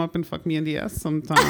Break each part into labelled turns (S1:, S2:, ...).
S1: up and fuck me tá- in the ass sometime.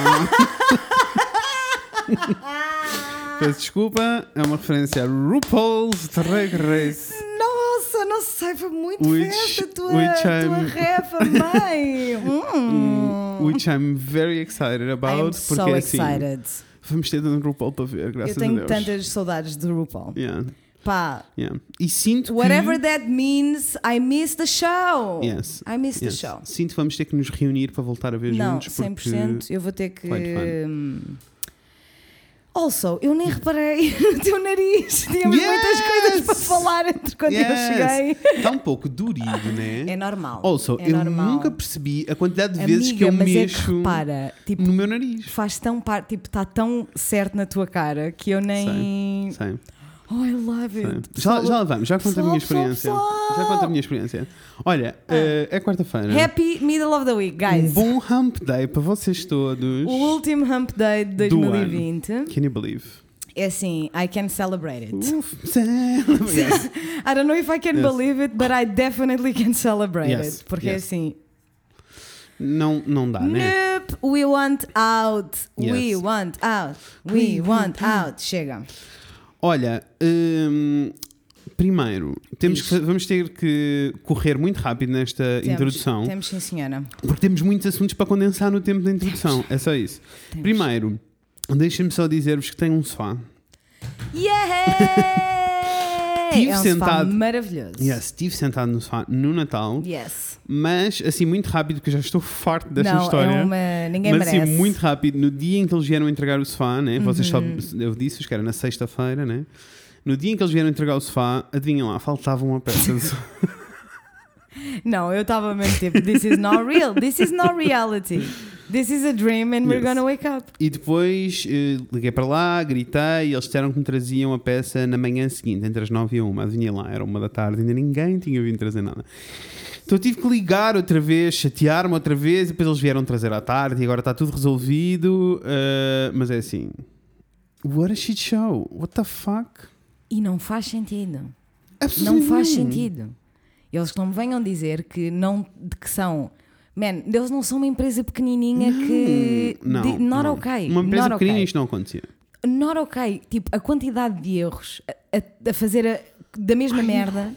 S1: Peço desculpa, é uma referência a RuPaul's Drag Race.
S2: Nossa, não sei, foi muito
S1: Which-
S2: festa a tua,
S1: which
S2: tua
S1: I'm-
S2: refa, mãe. Hum.
S1: Which I'm very excited about.
S2: I'm
S1: porque
S2: so
S1: assim,
S2: excited.
S1: vamos ter um RuPaul para ver, graças
S2: Eu tenho
S1: a Deus.
S2: tantas saudades do RuPaul.
S1: Yeah,
S2: Pá,
S1: yeah. E sinto
S2: whatever
S1: que...
S2: that means, I miss the show.
S1: Yes,
S2: I miss the
S1: yes.
S2: show.
S1: Sinto que vamos ter que nos reunir para voltar a ver
S2: Não,
S1: juntos. Porque...
S2: 100%. Eu vou ter que.
S1: Quite
S2: hum, Also, eu nem reparei no teu nariz. Tínhamos muitas
S1: Yes!
S2: coisas para falar entre quando eu cheguei.
S1: Está um pouco durido, né?
S2: É normal.
S1: Also,
S2: é
S1: eu
S2: normal.
S1: nunca percebi a quantidade de
S2: Amiga,
S1: vezes que eu
S2: mas é que
S1: mexo
S2: repara, tipo,
S1: no meu nariz.
S2: faz tão parte, tipo, está tão certo na tua cara que eu nem.
S1: Sei,
S2: Oh, I love
S1: sei.
S2: it.
S1: Já, já lá vamos, já conto a minha
S2: pessoal,
S1: experiência.
S2: pessoal,
S1: Já conto a minha experiência. Olha, eh, é quarta-feira.
S2: Ah. Happy middle of the week,
S1: Um
S2: guys.
S1: bom hump day para vocês todos.
S2: O último hump day de
S1: Do ano.
S2: 2020.
S1: Can you believe?
S2: É assim, I can celebrate it.
S1: Uf, celebrate. yes.
S2: I don't know if I
S1: Uh.
S2: can
S1: Yes.
S2: believe it, but I definitely can celebrate
S1: Yes,
S2: it. Porque
S1: yes.
S2: assim,
S1: Não, não dá, né?
S2: nope, we want out, we
S1: Yes.
S2: want out, we want out. Chega.
S1: Olha, hum, primeiro, temos que- vamos ter que correr muito rápido nesta introdução.
S2: Temos sim, senhora.
S1: Porque temos muitos assuntos para condensar no tempo da introdução. É só isso. Primeiro, deixem-me só dizer-vos que tem um sofá.
S2: Yeah!
S1: Tive
S2: é um sofá
S1: sentado.
S2: maravilhoso.
S1: Yes, estive sentado no sofá no Natal,
S2: Yes.
S1: mas assim muito rápido, que eu já estou farto desta
S2: não,
S1: história.
S2: é uma... Ninguém
S1: mas assim,
S2: merece.
S1: muito rápido, no dia em que eles vieram entregar o sofá, né? Vocês
S2: Uhum.
S1: sabem, eu disse-vos que era na sexta-feira, né? No dia em que eles vieram entregar o sofá, adivinham lá, faltava uma peça de sofá.
S2: Não, eu estava mesmo tipo, this is not real, this is not reality. This is a dream and we're
S1: Yes.
S2: gonna wake up.
S1: E depois eh, liguei para lá, gritei, e eles disseram que me traziam a peça na manhã seguinte, entre as 9 e a 1. Adivinha lá, era uma da tarde, ainda ninguém tinha vindo trazer nada. Então eu tive que ligar outra vez, chatear-me outra vez, e depois eles vieram trazer à tarde, e agora está tudo resolvido. eh, mas é assim. What a shit show! What the fuck?
S2: E não faz sentido. Não
S1: Absolutamente
S2: faz
S1: nenhum.
S2: sentido. Eles não me venham dizer que não que são. Man, eles não são uma empresa pequenininha que.
S1: Hum, Não.
S2: de- not
S1: não.
S2: ok.
S1: Uma empresa
S2: not
S1: pequenina
S2: ok.
S1: isto não acontecia.
S2: Not ok. Tipo, a quantidade de erros a, a- a fazer a- da mesma merda.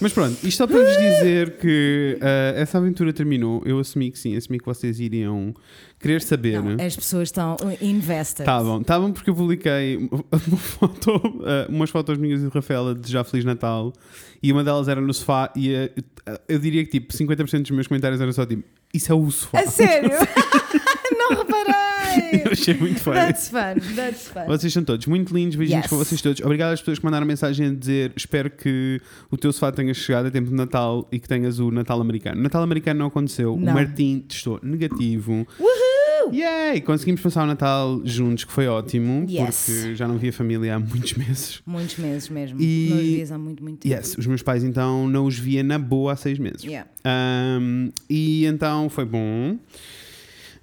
S1: Mas pronto, isto só para vos dizer que ah, essa aventura terminou. Eu assumi que sim, assumi que vocês iriam querer saber.
S2: Não, é as pessoas estão invested.
S1: Estavam, estavam porque eu publiquei uma foto, ah, umas fotos minhas e do Rafael a desejar Feliz Natal e uma delas era no sofá e ah, eu diria que tipo 50% dos meus comentários eram só tipo isso é o sofá.
S2: A sério? não reparei!
S1: eu achei muito feio.
S2: That's fun, that's fun.
S1: Vocês são todos muito lindos, beijinhos
S2: Yes.
S1: para vocês todos. Obrigado às pessoas que mandaram mensagem a dizer: espero que o teu sofá tenha chegado a tempo de Natal e que tenhas o Natal americano. Natal americano não aconteceu,
S2: Não.
S1: o Martim testou negativo.
S2: Woohoo!
S1: Yay! Conseguimos passar o Natal juntos, que foi ótimo,
S2: Yes.
S1: porque já não via família há muitos meses.
S2: Muitos meses mesmo.
S1: E-
S2: Nos dias há muito, muito tempo.
S1: Yes, os meus pais então não os via na boa há seis meses.
S2: Yeah.
S1: Ahm, e então foi bom.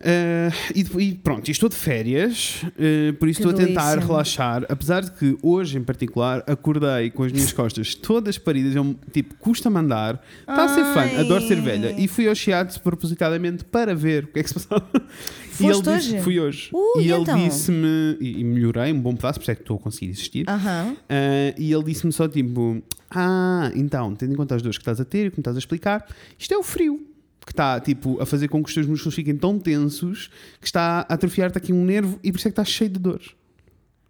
S1: Ah, e, depo- e pronto, e estou de férias, ah, por isso
S2: Que
S1: estou a tentar
S2: delícia.
S1: relaxar. Apesar de que hoje, em particular, acordei com as minhas costas todas paridas, eu, tipo, custa-me andar. Está a ser fã,
S2: Ai.
S1: adoro ser velha. E fui ao Chiates propositadamente para ver o que é que se passava. e ele
S2: Foste
S1: disse
S2: hoje?
S1: fui hoje.
S2: Uh,
S1: e
S2: e
S1: ele
S2: então?
S1: disse-me, e, e melhorei um bom pedaço, por isso é que estou a conseguir existir.
S2: Aham.
S1: Ah, e ele disse-me só tipo: Ah, então, tendo em conta as dores que estás a ter e como estás a explicar, isto é o frio que está tipo, a fazer com que os teus músculos fiquem tão tensos que está a atrofiar-te aqui um nervo e por isso é que estás cheio de dores.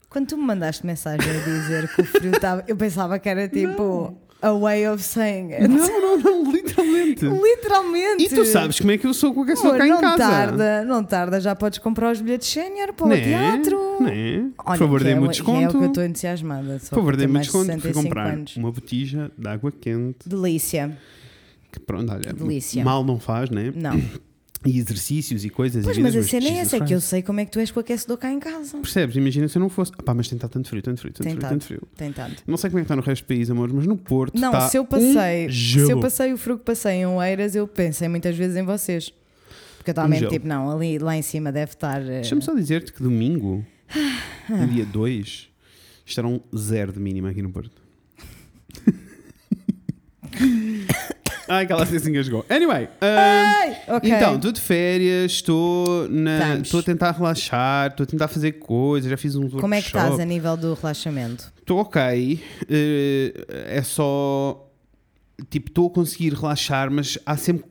S2: Quando tu me mandaste mensagem a dizer que o frio estava. Eu pensava que era tipo a way of saying it.
S1: Não, não, não, literalmente.
S2: Literalmente.
S1: e tu sabes como é que eu sou com a
S2: Amor,
S1: pessoa cá em
S2: não
S1: casa.
S2: tarda, não tarda, já podes comprar os bilhetes sénior para o
S1: Né?
S2: teatro.
S1: Né? Por
S2: Olha,
S1: favor,
S2: que é
S1: dê-me
S2: o-
S1: o
S2: É o
S1: desconto.
S2: que eu estou entusiasmada. Só
S1: Por favor,
S2: por ter
S1: dê-me o
S2: mais
S1: desconto. Fui
S2: 65
S1: comprar
S2: anos.
S1: uma botija de água quente.
S2: Delícia.
S1: Que pronto, olha,
S2: Delícia.
S1: mal não faz, né?
S2: Não.
S1: E exercícios e coisas.
S2: Pois,
S1: e
S2: mas
S1: vidas,
S2: a cena é
S1: Jesus
S2: essa, é que
S1: Christ.
S2: eu sei como é que tu és com o aquecedor cá em casa.
S1: Percebes? Imagina se eu não fosse. Ah, pá, mas tem estado tanto frio, tanto frio, tanto
S2: Tem
S1: frio,
S2: estado.
S1: tanto frio.
S2: Tem tanto.
S1: Não sei como é que está no resto do país, amor, mas no Porto.
S2: Não,
S1: está
S2: se eu passei,
S1: Um
S2: se eu
S1: gelo.
S2: passei o frio que passei em Oeiras, eu pensei muitas vezes em vocês. Porque eu estava
S1: Um
S2: mesmo
S1: gelo.
S2: tipo, não, ali lá em cima deve estar. eh,
S1: Deixa-me só dizer-te que domingo,
S2: Ah.
S1: no dia 2, estarão zero de mínima aqui no Porto. Ai, que ela assim se engasgou. Anyway. hum,
S2: Ai, Ah, ok.
S1: Então, estou de férias, estou na-
S2: Estamos.
S1: estou a tentar relaxar, estou a tentar fazer coisas, já fiz um
S2: Como é que estás a nível do relaxamento?
S1: Estou ok. eh, é só. Tipo, estou a conseguir relaxar, mas há sempre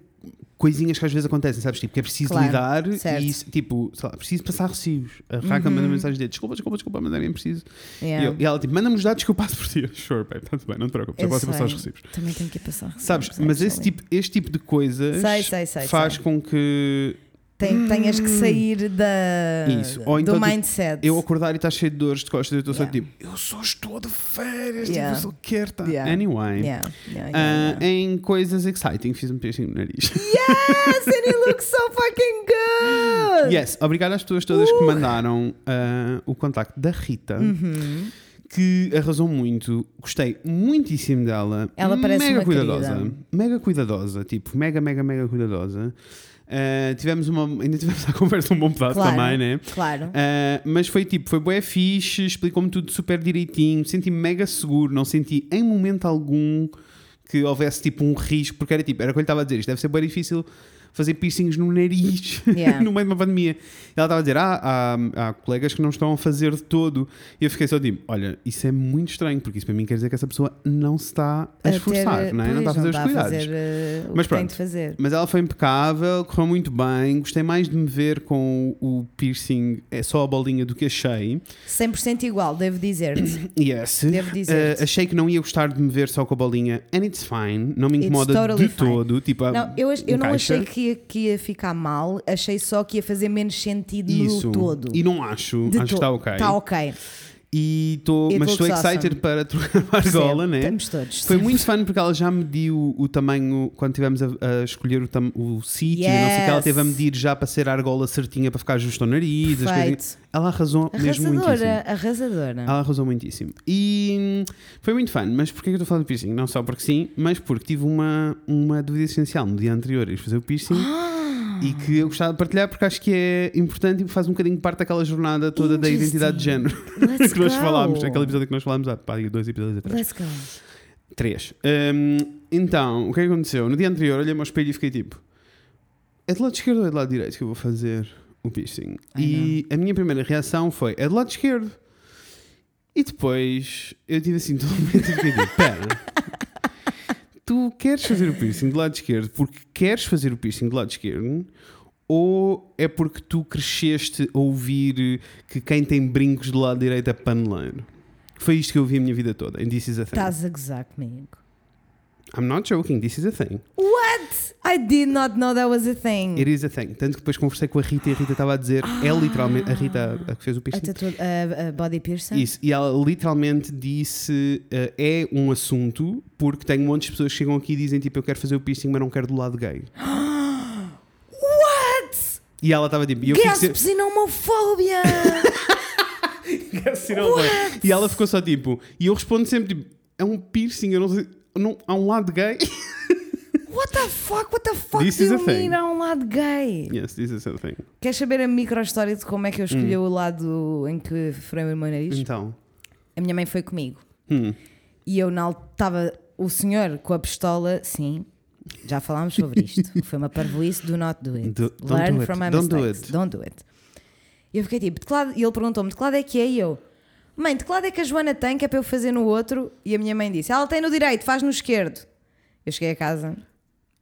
S1: coisinhas que às vezes acontecem, sabes? Tipo, que é preciso
S2: Claro,
S1: lidar
S2: certo. Uhum.
S1: e, isso- tipo, sei lá, preciso passar recibos. A Raca manda mensagem de desculpa, desculpa, desculpa, mas é bem preciso.
S2: Yeah.
S1: E, eu- e ela, tipo, manda-me os dados que eu passo por ti. Eu, Sure, babe, está bem, não te preocupes, eu
S2: Eu
S1: posso passar os
S2: sei.
S1: recibos.
S2: Também tenho que ir passar.
S1: Sabes,
S2: Sim,
S1: mas
S2: sim,
S1: esse
S2: sim.
S1: tipo, este tipo de coisas
S2: Sei, sei, sei,
S1: faz
S2: sei.
S1: com que
S2: Tem- tenhas que sair da,
S1: Isso. Ou então,
S2: do
S1: tipo,
S2: mindset.
S1: eu acordar e estar cheio de dores de costas, eu estou só
S2: Yeah.
S1: tipo, eu só estou de férias,
S2: Yeah.
S1: tipo, eu só quero estar.
S2: Yeah.
S1: Anyway.
S2: Yeah, yeah, yeah,
S1: Ah,
S2: yeah.
S1: Em coisas exciting, fiz um piercing no nariz.
S2: Yes, and it looks so fucking good!
S1: yes, obrigado às pessoas todas
S2: Uh!
S1: que mandaram ah, o contacto da Rita,
S2: Uhum.
S1: que arrasou muito. Gostei muitíssimo dela.
S2: Ela parece
S1: mega
S2: uma
S1: cuidadosa.
S2: querida.
S1: Mega cuidadosa, tipo, mega, mega, mega cuidadosa. Ah, tivemos uma. Ainda tivemos a conversa um bom pedaço
S2: Claro.
S1: também, né?
S2: Claro.
S1: Ah, mas foi tipo, foi bué fixe, explicou-me tudo super direitinho, senti-me mega seguro, não senti em momento algum que houvesse tipo um risco, porque era tipo, era o que eu lhe estava a dizer, isto deve ser bem difícil fazer piercings no nariz
S2: Yeah.
S1: no meio de uma pandemia. Ela estava a dizer, ah, há, há colegas que não estão a fazer de todo. E eu fiquei só tipo, olha, isso é muito estranho, porque isso para mim quer dizer que essa pessoa não se está a
S2: ter- eh,
S1: esforçar, não, é? não
S2: pois,
S1: está
S2: tá
S1: a fazer os cuidados.
S2: fazer, eh, o
S1: Mas
S2: que tem
S1: pronto.
S2: de fazer.
S1: Mas ela foi impecável, correu muito bem. Gostei mais de me ver com o piercing, é só a bolinha do que achei.
S2: 100% igual, devo dizer-te.
S1: Yes.
S2: Devo dizer-te.
S1: Eh, achei que não ia gostar de me ver só com a bolinha. And it's fine. Não me
S2: It's
S1: incomoda
S2: totally
S1: de
S2: fine.
S1: todo. Tipo, a-
S2: não, eu, ach- eu não
S1: encaixa.
S2: achei que ia, que ia ficar mal, achei só que ia fazer menos sentido
S1: Isso.
S2: no todo.
S1: E não acho.
S2: De
S1: acho que está
S2: todo.
S1: ok.
S2: Está ok.
S1: E tô,
S2: It
S1: mas estou
S2: looks
S1: excited
S2: awesome.
S1: para trocar a argola,
S2: Percebo.
S1: né?
S2: Estamos todos.
S1: Foi muito fun porque ela já mediu o tamanho quando tivemos a, a escolher o, tam- o sítio, não sei o que. Ela
S2: Yes.
S1: teve a medir já para ser a argola certinha para ficar justo ao nariz. as
S2: Perfeito.
S1: coisinhas. Ela arrasou mesmo muitíssimo. Ah,
S2: Arrasadora, arrasadora.
S1: Ela arrasou muitíssimo. E hum, foi muito fã, mas porquê que eu estou a falar do piercing? Não só porque sim, mas porque tive uma, uma dúvida essencial no dia anterior a ir fazer o piercing
S2: Ah!
S1: e que eu gostava de partilhar porque acho que é importante e faz um bocadinho parte daquela jornada toda da
S2: Interesting.
S1: identidade de género
S2: Let's
S1: que nós
S2: go.
S1: falámos, aquele episódio que nós falámos há pá, dois episódios atrás.
S2: Let's go.
S1: Três. Hum, então, o que é que aconteceu? No dia anterior olhei-me ao espelho e fiquei tipo: é do lado esquerdo ou é do lado direito que eu vou fazer o piercing?
S2: Ai,
S1: e a minha primeira reação foi: é do lado esquerdo. E depois eu tive assim todo um momento e fiquei tipo: pera. Tu queres fazer o piercing do lado esquerdo porque queres fazer o piercing do lado esquerdo ou é porque tu cresceste a ouvir que quem tem brincos do lado direito é paneleiro? Foi isto que eu ouvi a minha vida toda. And this is a thing.
S2: Estás a gozar comigo.
S1: I'm not joking, this is a thing.
S2: What? I did not know that was a thing.
S1: It is a thing. Tanto que depois conversei com a Rita e a Rita estava a dizer, é literalmente, a Rita a que fez o
S2: Ah! A,
S1: piercing.
S2: tatu- a- a body piercing?
S1: Isso, e ela literalmente disse: eh, é um assunto, porque tem um monte de pessoas que chegam aqui e dizem tipo, eu quero fazer o piercing, mas não quero do lado gay.
S2: What?
S1: E ela estava tipo, e eu fico sempre.
S2: Gasps e não homofobia!
S1: Gasps e não vai. E ela ficou só tipo, e eu respondo sempre tipo, é um piercing, eu não sei, não, há um lado gay.
S2: What the fuck? What the fuck
S1: This
S2: do
S1: is a
S2: you
S1: thing.
S2: mean? Há um lado gay.
S1: yes, this is a thing.
S2: Queres saber a micro história de como é que eu escolhi
S1: Hum.
S2: o lado em que furei o meu nariz?
S1: Então,
S2: A minha mãe foi comigo.
S1: Hum.
S2: E eu na estava o senhor com a pistola, sim. Já falámos sobre isto. Foi uma parvoíce do not do it.
S1: Do- don't
S2: Learn
S1: do it.
S2: from my
S1: Don't do
S2: mistakes.
S1: it.
S2: Don't do it. E eu fiquei tipo, "De que lado-" e ele perguntou-me, de que lado é que é? E eu, mãe, de que lado é que a Joana tem que é para eu fazer no outro? E a minha mãe disse, ela tem no direito, faz no esquerdo. Eu cheguei a casa.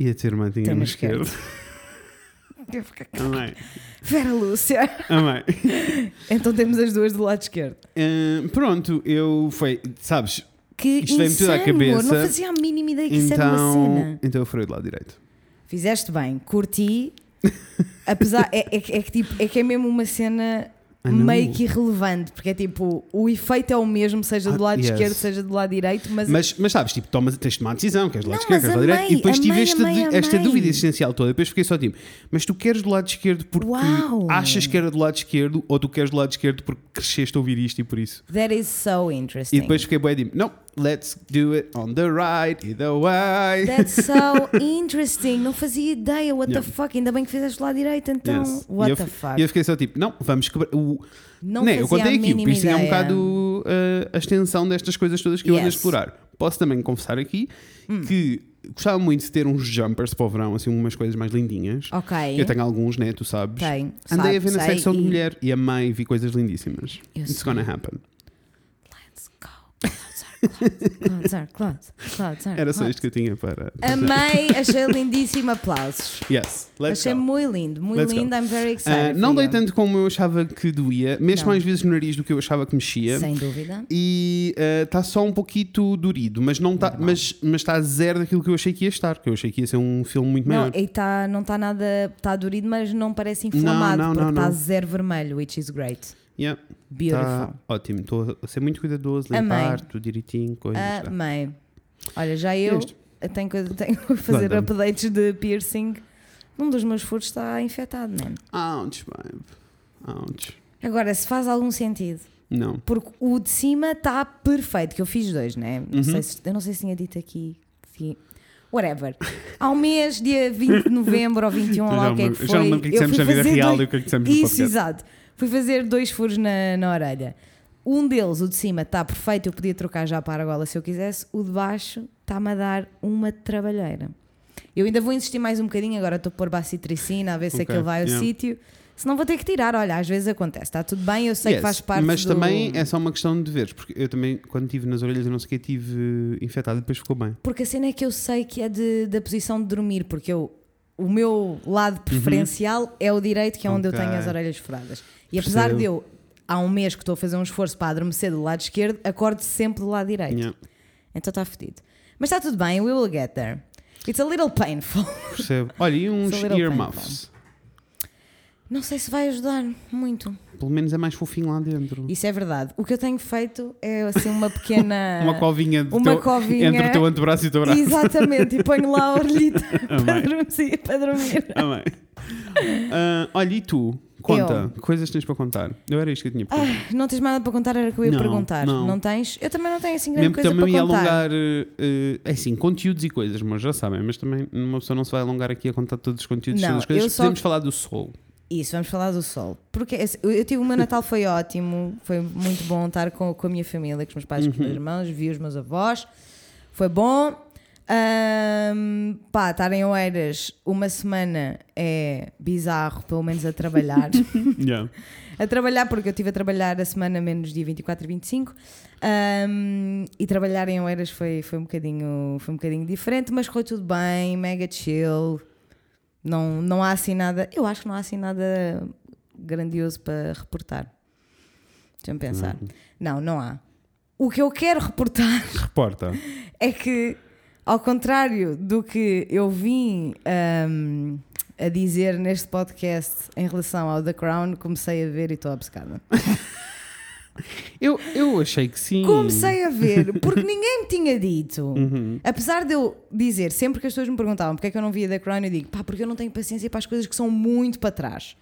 S1: e a tua irmã tinha
S2: Tem
S1: no
S2: uma
S1: esquerdo.
S2: esquerda. Eu fiquei,
S1: Amém,
S2: Vera Lúcia.
S1: amém.
S2: então temos as duas do lado esquerdo.
S1: Eh, pronto, eu foi, sabes,
S2: Que
S1: Isto veio-me tudo à
S2: insano,
S1: cabeça.
S2: Não fazia a mínima ideia é que isso era uma cena.
S1: Então, então eu furei do lado direito.
S2: Fizeste bem, curti. Apesar, é, é, que- é que tipo, é que é mesmo uma cena
S1: Ah, não.
S2: meio que irrelevante, porque é tipo, o efeito é o mesmo, seja do
S1: Ah,
S2: lado
S1: yes.
S2: esquerdo, seja do lado direito, mas,
S1: Mas, mas sabes, tipo, tomas, tens de tomar a decisão, queres do lado
S2: Não,
S1: esquerdo,
S2: mas
S1: queres do lado direito.
S2: amei,
S1: E depois tive
S2: amei,
S1: esta,
S2: amei,
S1: du- esta
S2: amei.
S1: dúvida essencial toda. Depois fiquei só tipo, mas tu queres do lado esquerdo porque
S2: Uau.
S1: achas que era do lado esquerdo ou tu queres do lado esquerdo porque cresceste a ouvir isto e por isso?
S2: that is so
S1: E
S2: interesting.
S1: depois fiquei bem tipo, não, let's do it on the right, either way.
S2: That's so interesting. Não fazia ideia, what
S1: Yeah.
S2: the fuck? Ainda bem que fizeste do lado direito, então.
S1: Yes.
S2: What
S1: e eu,
S2: the
S1: fi-
S2: fuck?
S1: e eu fiquei só tipo, não, vamos quebrar. O,
S2: Não
S1: né, eu
S2: fazia
S1: contei
S2: a
S1: aqui, o
S2: mínima
S1: piercing é um eh,
S2: ideia.
S1: bocado uh, a extensão destas coisas todas que eu ando a
S2: Yes. Hum.
S1: explorar. Posso também confessar aqui que gostava muito de ter uns jumpers para o verão, assim, umas coisas mais lindinhas.
S2: Ok.
S1: Eu tenho alguns, né? Tu sabes.
S2: Tenho,
S1: Andei
S2: sabe,
S1: a ver na
S2: sei,
S1: secção de
S2: e-
S1: mulher e amei, vi coisas lindíssimas.
S2: Eu
S1: It's
S2: sei.
S1: gonna happen.
S2: Let's go. Clouds are clouds. Clouds are clouds. Clouds are
S1: Era só
S2: clouds.
S1: isto que eu tinha para.
S2: Ah, Amei, achei lindíssimo. Aplausos.
S1: Yes, let's
S2: achei
S1: go.
S2: muito lindo, muito
S1: Let's go.
S2: lindo. I'm very
S1: Ah,
S2: excited.
S1: não
S2: for
S1: dei
S2: you.
S1: tanto como eu achava que doía, mexe
S2: Não.
S1: mais vezes no nariz do que eu achava que mexia.
S2: Sem dúvida.
S1: E está só um pouquinho durido, mas não tá, mas está a zero daquilo que eu achei que ia estar, que eu achei que ia ser um filme muito
S2: Não,
S1: maior.
S2: e tá, não está nada. Está durido, mas não parece inflamado.
S1: não,
S2: porque
S1: não,
S2: está
S1: não.
S2: zero vermelho, which is great.
S1: Yeah.
S2: Beautiful.
S1: Tá ótimo, estou a ser muito cuidadoso, limpar
S2: Amém. Ah,
S1: tudo direitinho, coisas. tá.
S2: Amei. Olha, já eu
S1: Este.
S2: eu tenho, coisa- tenho que fazer
S1: Manda-me.
S2: updates de piercing. Um dos meus furos está infectado, man.
S1: Ouch, babe. Ouch.
S2: Agora, se faz algum sentido.
S1: Não.
S2: Porque o de cima está perfeito, que eu fiz dois, né? Não
S1: Uhum.
S2: sei se, eu não sei se tinha dito aqui. se- Whatever. Há um mês, dia 20 de novembro ou 21, ou
S1: Eu
S2: lá
S1: já
S2: o que é
S1: me-
S2: que
S1: eu
S2: foi.
S1: já não me lembro o que é que
S2: eu
S1: dissemos
S2: fui
S1: na vida
S2: fazer
S1: real
S2: dois-
S1: e o que é que dissemos no
S2: Isso,
S1: podcast.
S2: exato. Fui fazer dois furos na, na orelha. Um deles, o de cima, está perfeito, eu podia trocar já para a gola se eu quisesse. O de baixo está-me a dar uma trabalheira. Eu ainda vou insistir mais um bocadinho, agora estou a pôr bacitricina, a ver se
S1: Ok,
S2: aquilo vai ao
S1: yeah.
S2: sítio. Se não vou ter que tirar, olha, às vezes acontece, está tudo bem, eu sei que
S1: Yes,
S2: faz parte
S1: Mas
S2: do-
S1: também é só uma questão de veres, porque eu também, quando tive nas orelhas, eu não sei o que, tive eh, infectado e depois ficou bem.
S2: Porque a cena é que eu sei que é de, da posição de dormir, porque eu, o meu lado preferencial é o direito, que é onde eu tenho
S1: Uhum. Ok.
S2: as orelhas furadas. E apesar
S1: Percebo.
S2: de eu, há um mês que estou a fazer um esforço para adormecer do lado esquerdo, acordo sempre do lado direito.
S1: Yeah,
S2: Então está fodido. Mas está tudo bem, we will get there. It's a little painful.
S1: percebo. Olha, e uns
S2: It's a little
S1: earmuffs.
S2: Não sei se vai ajudar muito.
S1: Pelo menos é mais fofinho lá dentro.
S2: Isso é verdade. O que eu tenho feito é assim uma pequena.
S1: Uma covinha, de
S2: eh, uma
S1: teu-
S2: covinha.
S1: entre o teu antebraço e o teu braço.
S2: Exatamente, e ponho lá a orelhita para
S1: Amei.
S2: dormir. Para dormir.
S1: Amém. Ah, olha, e tu? Conta, coisas que tens para contar. Eu era isto que eu tinha para contar.
S2: Ah, não tens nada para contar, era o que eu ia
S1: Não,
S2: perguntar. Não.
S1: não.
S2: tens? Eu também não tenho assim grande
S1: Mesmo que
S2: coisa
S1: também
S2: para
S1: ia
S2: contar.
S1: alongar, eh, eh, assim, conteúdos e coisas, mas já sabem, mas também uma pessoa não se vai alongar aqui a contar todos os conteúdos,
S2: Não,
S1: todas as
S2: eu
S1: coisas.
S2: só-
S1: Podemos falar do sol.
S2: Isso, vamos falar do sol. Porque esse- eu eu tive o meu Natal, foi ótimo, foi muito bom estar com, com a minha família, com os meus pais, com os
S1: Uhum.
S2: meus irmãos, vi os meus avós, foi bom. Ahm, pá, estar em Oeiras uma semana é bizarro, pelo menos a trabalhar.
S1: Yeah.
S2: a trabalhar, porque eu estive a trabalhar a semana menos dia 24 e 25. Um, e trabalhar em Oeiras foi, foi, um bocadinho, foi um bocadinho diferente, mas correu tudo bem, mega chill. Não, não há assim nada. Eu acho que não há assim nada grandioso para reportar. Deixa-me pensar. Não, não há. O que eu quero reportar
S1: Reporta.
S2: é que, ao contrário do que eu vim ahm, a dizer neste podcast em relação ao The Crown, comecei a ver e estou obcecada.
S1: Eu, eu achei que sim.
S2: Comecei a ver, porque ninguém me tinha dito.
S1: Uhum.
S2: Apesar de eu dizer, sempre que as pessoas me perguntavam porque é que eu não via The Crown, eu digo, pá, porque eu não tenho paciência para as coisas que são muito para trás.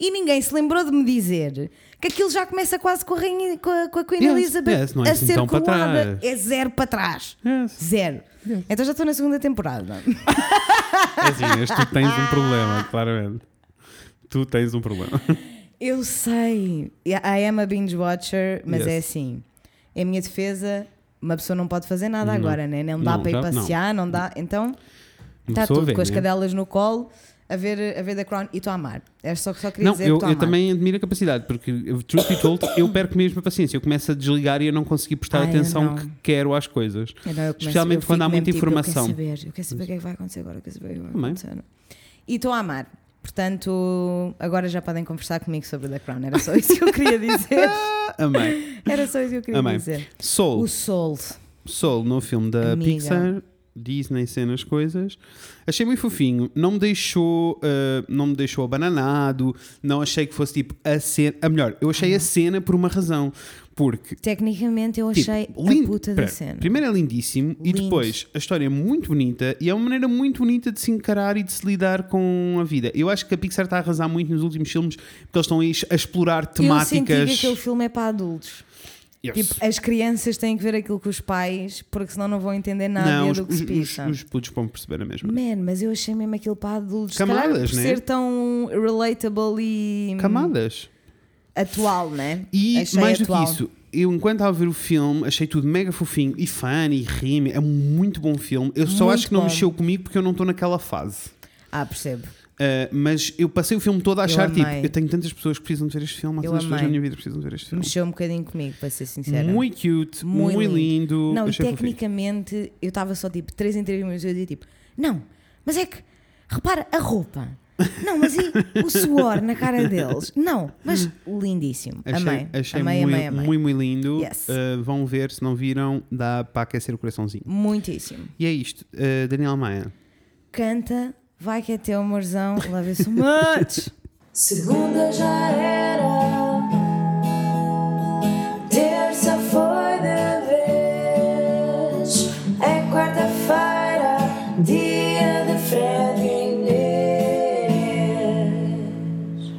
S2: E ninguém se lembrou de me dizer que aquilo já começa quase com a, rainha, com a, com a Queen
S1: Yes,
S2: Elizabeth
S1: yes, não é
S2: a
S1: assim
S2: ser
S1: tão para
S2: coroada.
S1: trás.
S2: É zero para trás.
S1: Yes.
S2: Zero. Então já estou na segunda temporada.
S1: É assim, mas tu tens um problema, claramente. Tu tens um problema.
S2: Tá Eu sei. I am a binge watcher, mas
S1: Yes.
S2: é assim. Em minha defesa, uma pessoa não pode fazer nada agora, né? Não dá
S1: Não,
S2: para ir
S1: já- não.
S2: passear, não, dá. Então, está
S1: pessoa
S2: tudo
S1: vê,
S2: com as
S1: né?
S2: cadelas no colo, a ver, a ver The Crown e estou a amar. É só, só queria
S1: Não,
S2: dizer
S1: eu,
S2: que estou a
S1: eu
S2: amar.
S1: também admiro a capacidade, porque, eu- truth be told, eu perco mesmo a paciência. Eu começo a desligar e eu não consegui prestar
S2: Ai, eu
S1: a atenção
S2: não.
S1: que quero às coisas.
S2: Eu não, eu começo-
S1: Especialmente
S2: eu fico
S1: quando há
S2: mesmo
S1: muita
S2: tipo,
S1: informação.
S2: Eu quero saber, eu quero saber o que é que vai acontecer agora, eu quero saber o que é que vai
S1: Também.
S2: acontecer. E estou a amar. Portanto, agora já podem conversar comigo sobre The Crown. Era só isso que eu queria dizer.
S1: Ah, Amém.
S2: Era só isso que eu queria
S1: Amém.
S2: dizer.
S1: Sol.
S2: O Sol.
S1: Sol no filme da
S2: Amiga.
S1: Pixar, Disney, cenas, coisas. Achei muito fofinho. Não me deixou, ah, não me deixou abananado. Não achei que fosse tipo a cena. A melhor, eu achei a cena por uma razão. Porque.
S2: Tecnicamente eu
S1: tipo,
S2: achei
S1: lindo-
S2: a puta da
S1: pera,
S2: cena.
S1: Primeiro é lindíssimo e
S2: Lindo.
S1: depois a história é muito bonita e é uma maneira muito bonita de se encarar e de se lidar com a vida. Eu acho que a Pixar está a arrasar muito nos últimos filmes porque eles estão a es- a explorar
S2: Eu
S1: temáticas.
S2: senti que aquele filme é para adultos.
S1: Yes.
S2: Tipo, as crianças têm que ver aquilo com os pais, porque senão não vão entender nada
S1: não, os,
S2: do que se
S1: os, os,
S2: pisa.
S1: os putos vão perceber a mesma.
S2: Man, mas eu achei mesmo aquilo para adultos. Se
S1: Camadas,
S2: calhar por
S1: né?
S2: ser tão relatable e.
S1: Camadas.
S2: Atual, né?
S1: E
S2: Achei
S1: mais do
S2: atual.
S1: que isso, eu enquanto estava a ver o filme, achei tudo mega fofinho e funny e rime. É um muito bom filme. Eu só
S2: Muito
S1: acho que não
S2: bom.
S1: mexeu comigo porque eu não estou naquela fase.
S2: Ah, percebo.
S1: Uh, mas eu passei o filme todo a achar, tipo,
S2: amei.
S1: eu tenho tantas pessoas que precisam de ver este filme, há
S2: Eu
S1: tantas pessoas na
S2: amei.
S1: minha vida que precisam de ver este filme.
S2: Mexeu um bocadinho comigo, para ser sincera.
S1: Muito cute, muito,
S2: Muito
S1: lindo.
S2: Não, e
S1: achei fofinho.
S2: tecnicamente eu estava só tipo 3 em 3 minutos e eu dizia tipo, não, mas é que, repara, a roupa. Não, mas e o suor na cara deles? Não, mas lindíssimo. amei.
S1: Achei, achei
S2: amei,
S1: muito,
S2: amei, amei.
S1: muito, muito lindo.
S2: Yes.
S1: Uh, vão ver, se não viram, dá para aquecer o coraçãozinho.
S2: Muitíssimo.
S1: E é isto, uh, Daniel Maia.
S2: Canta, vai que é teu amorzão, love you so much.
S3: Segunda já era, terça foi de vez, é quarta-feira, dia de Fred e Inês.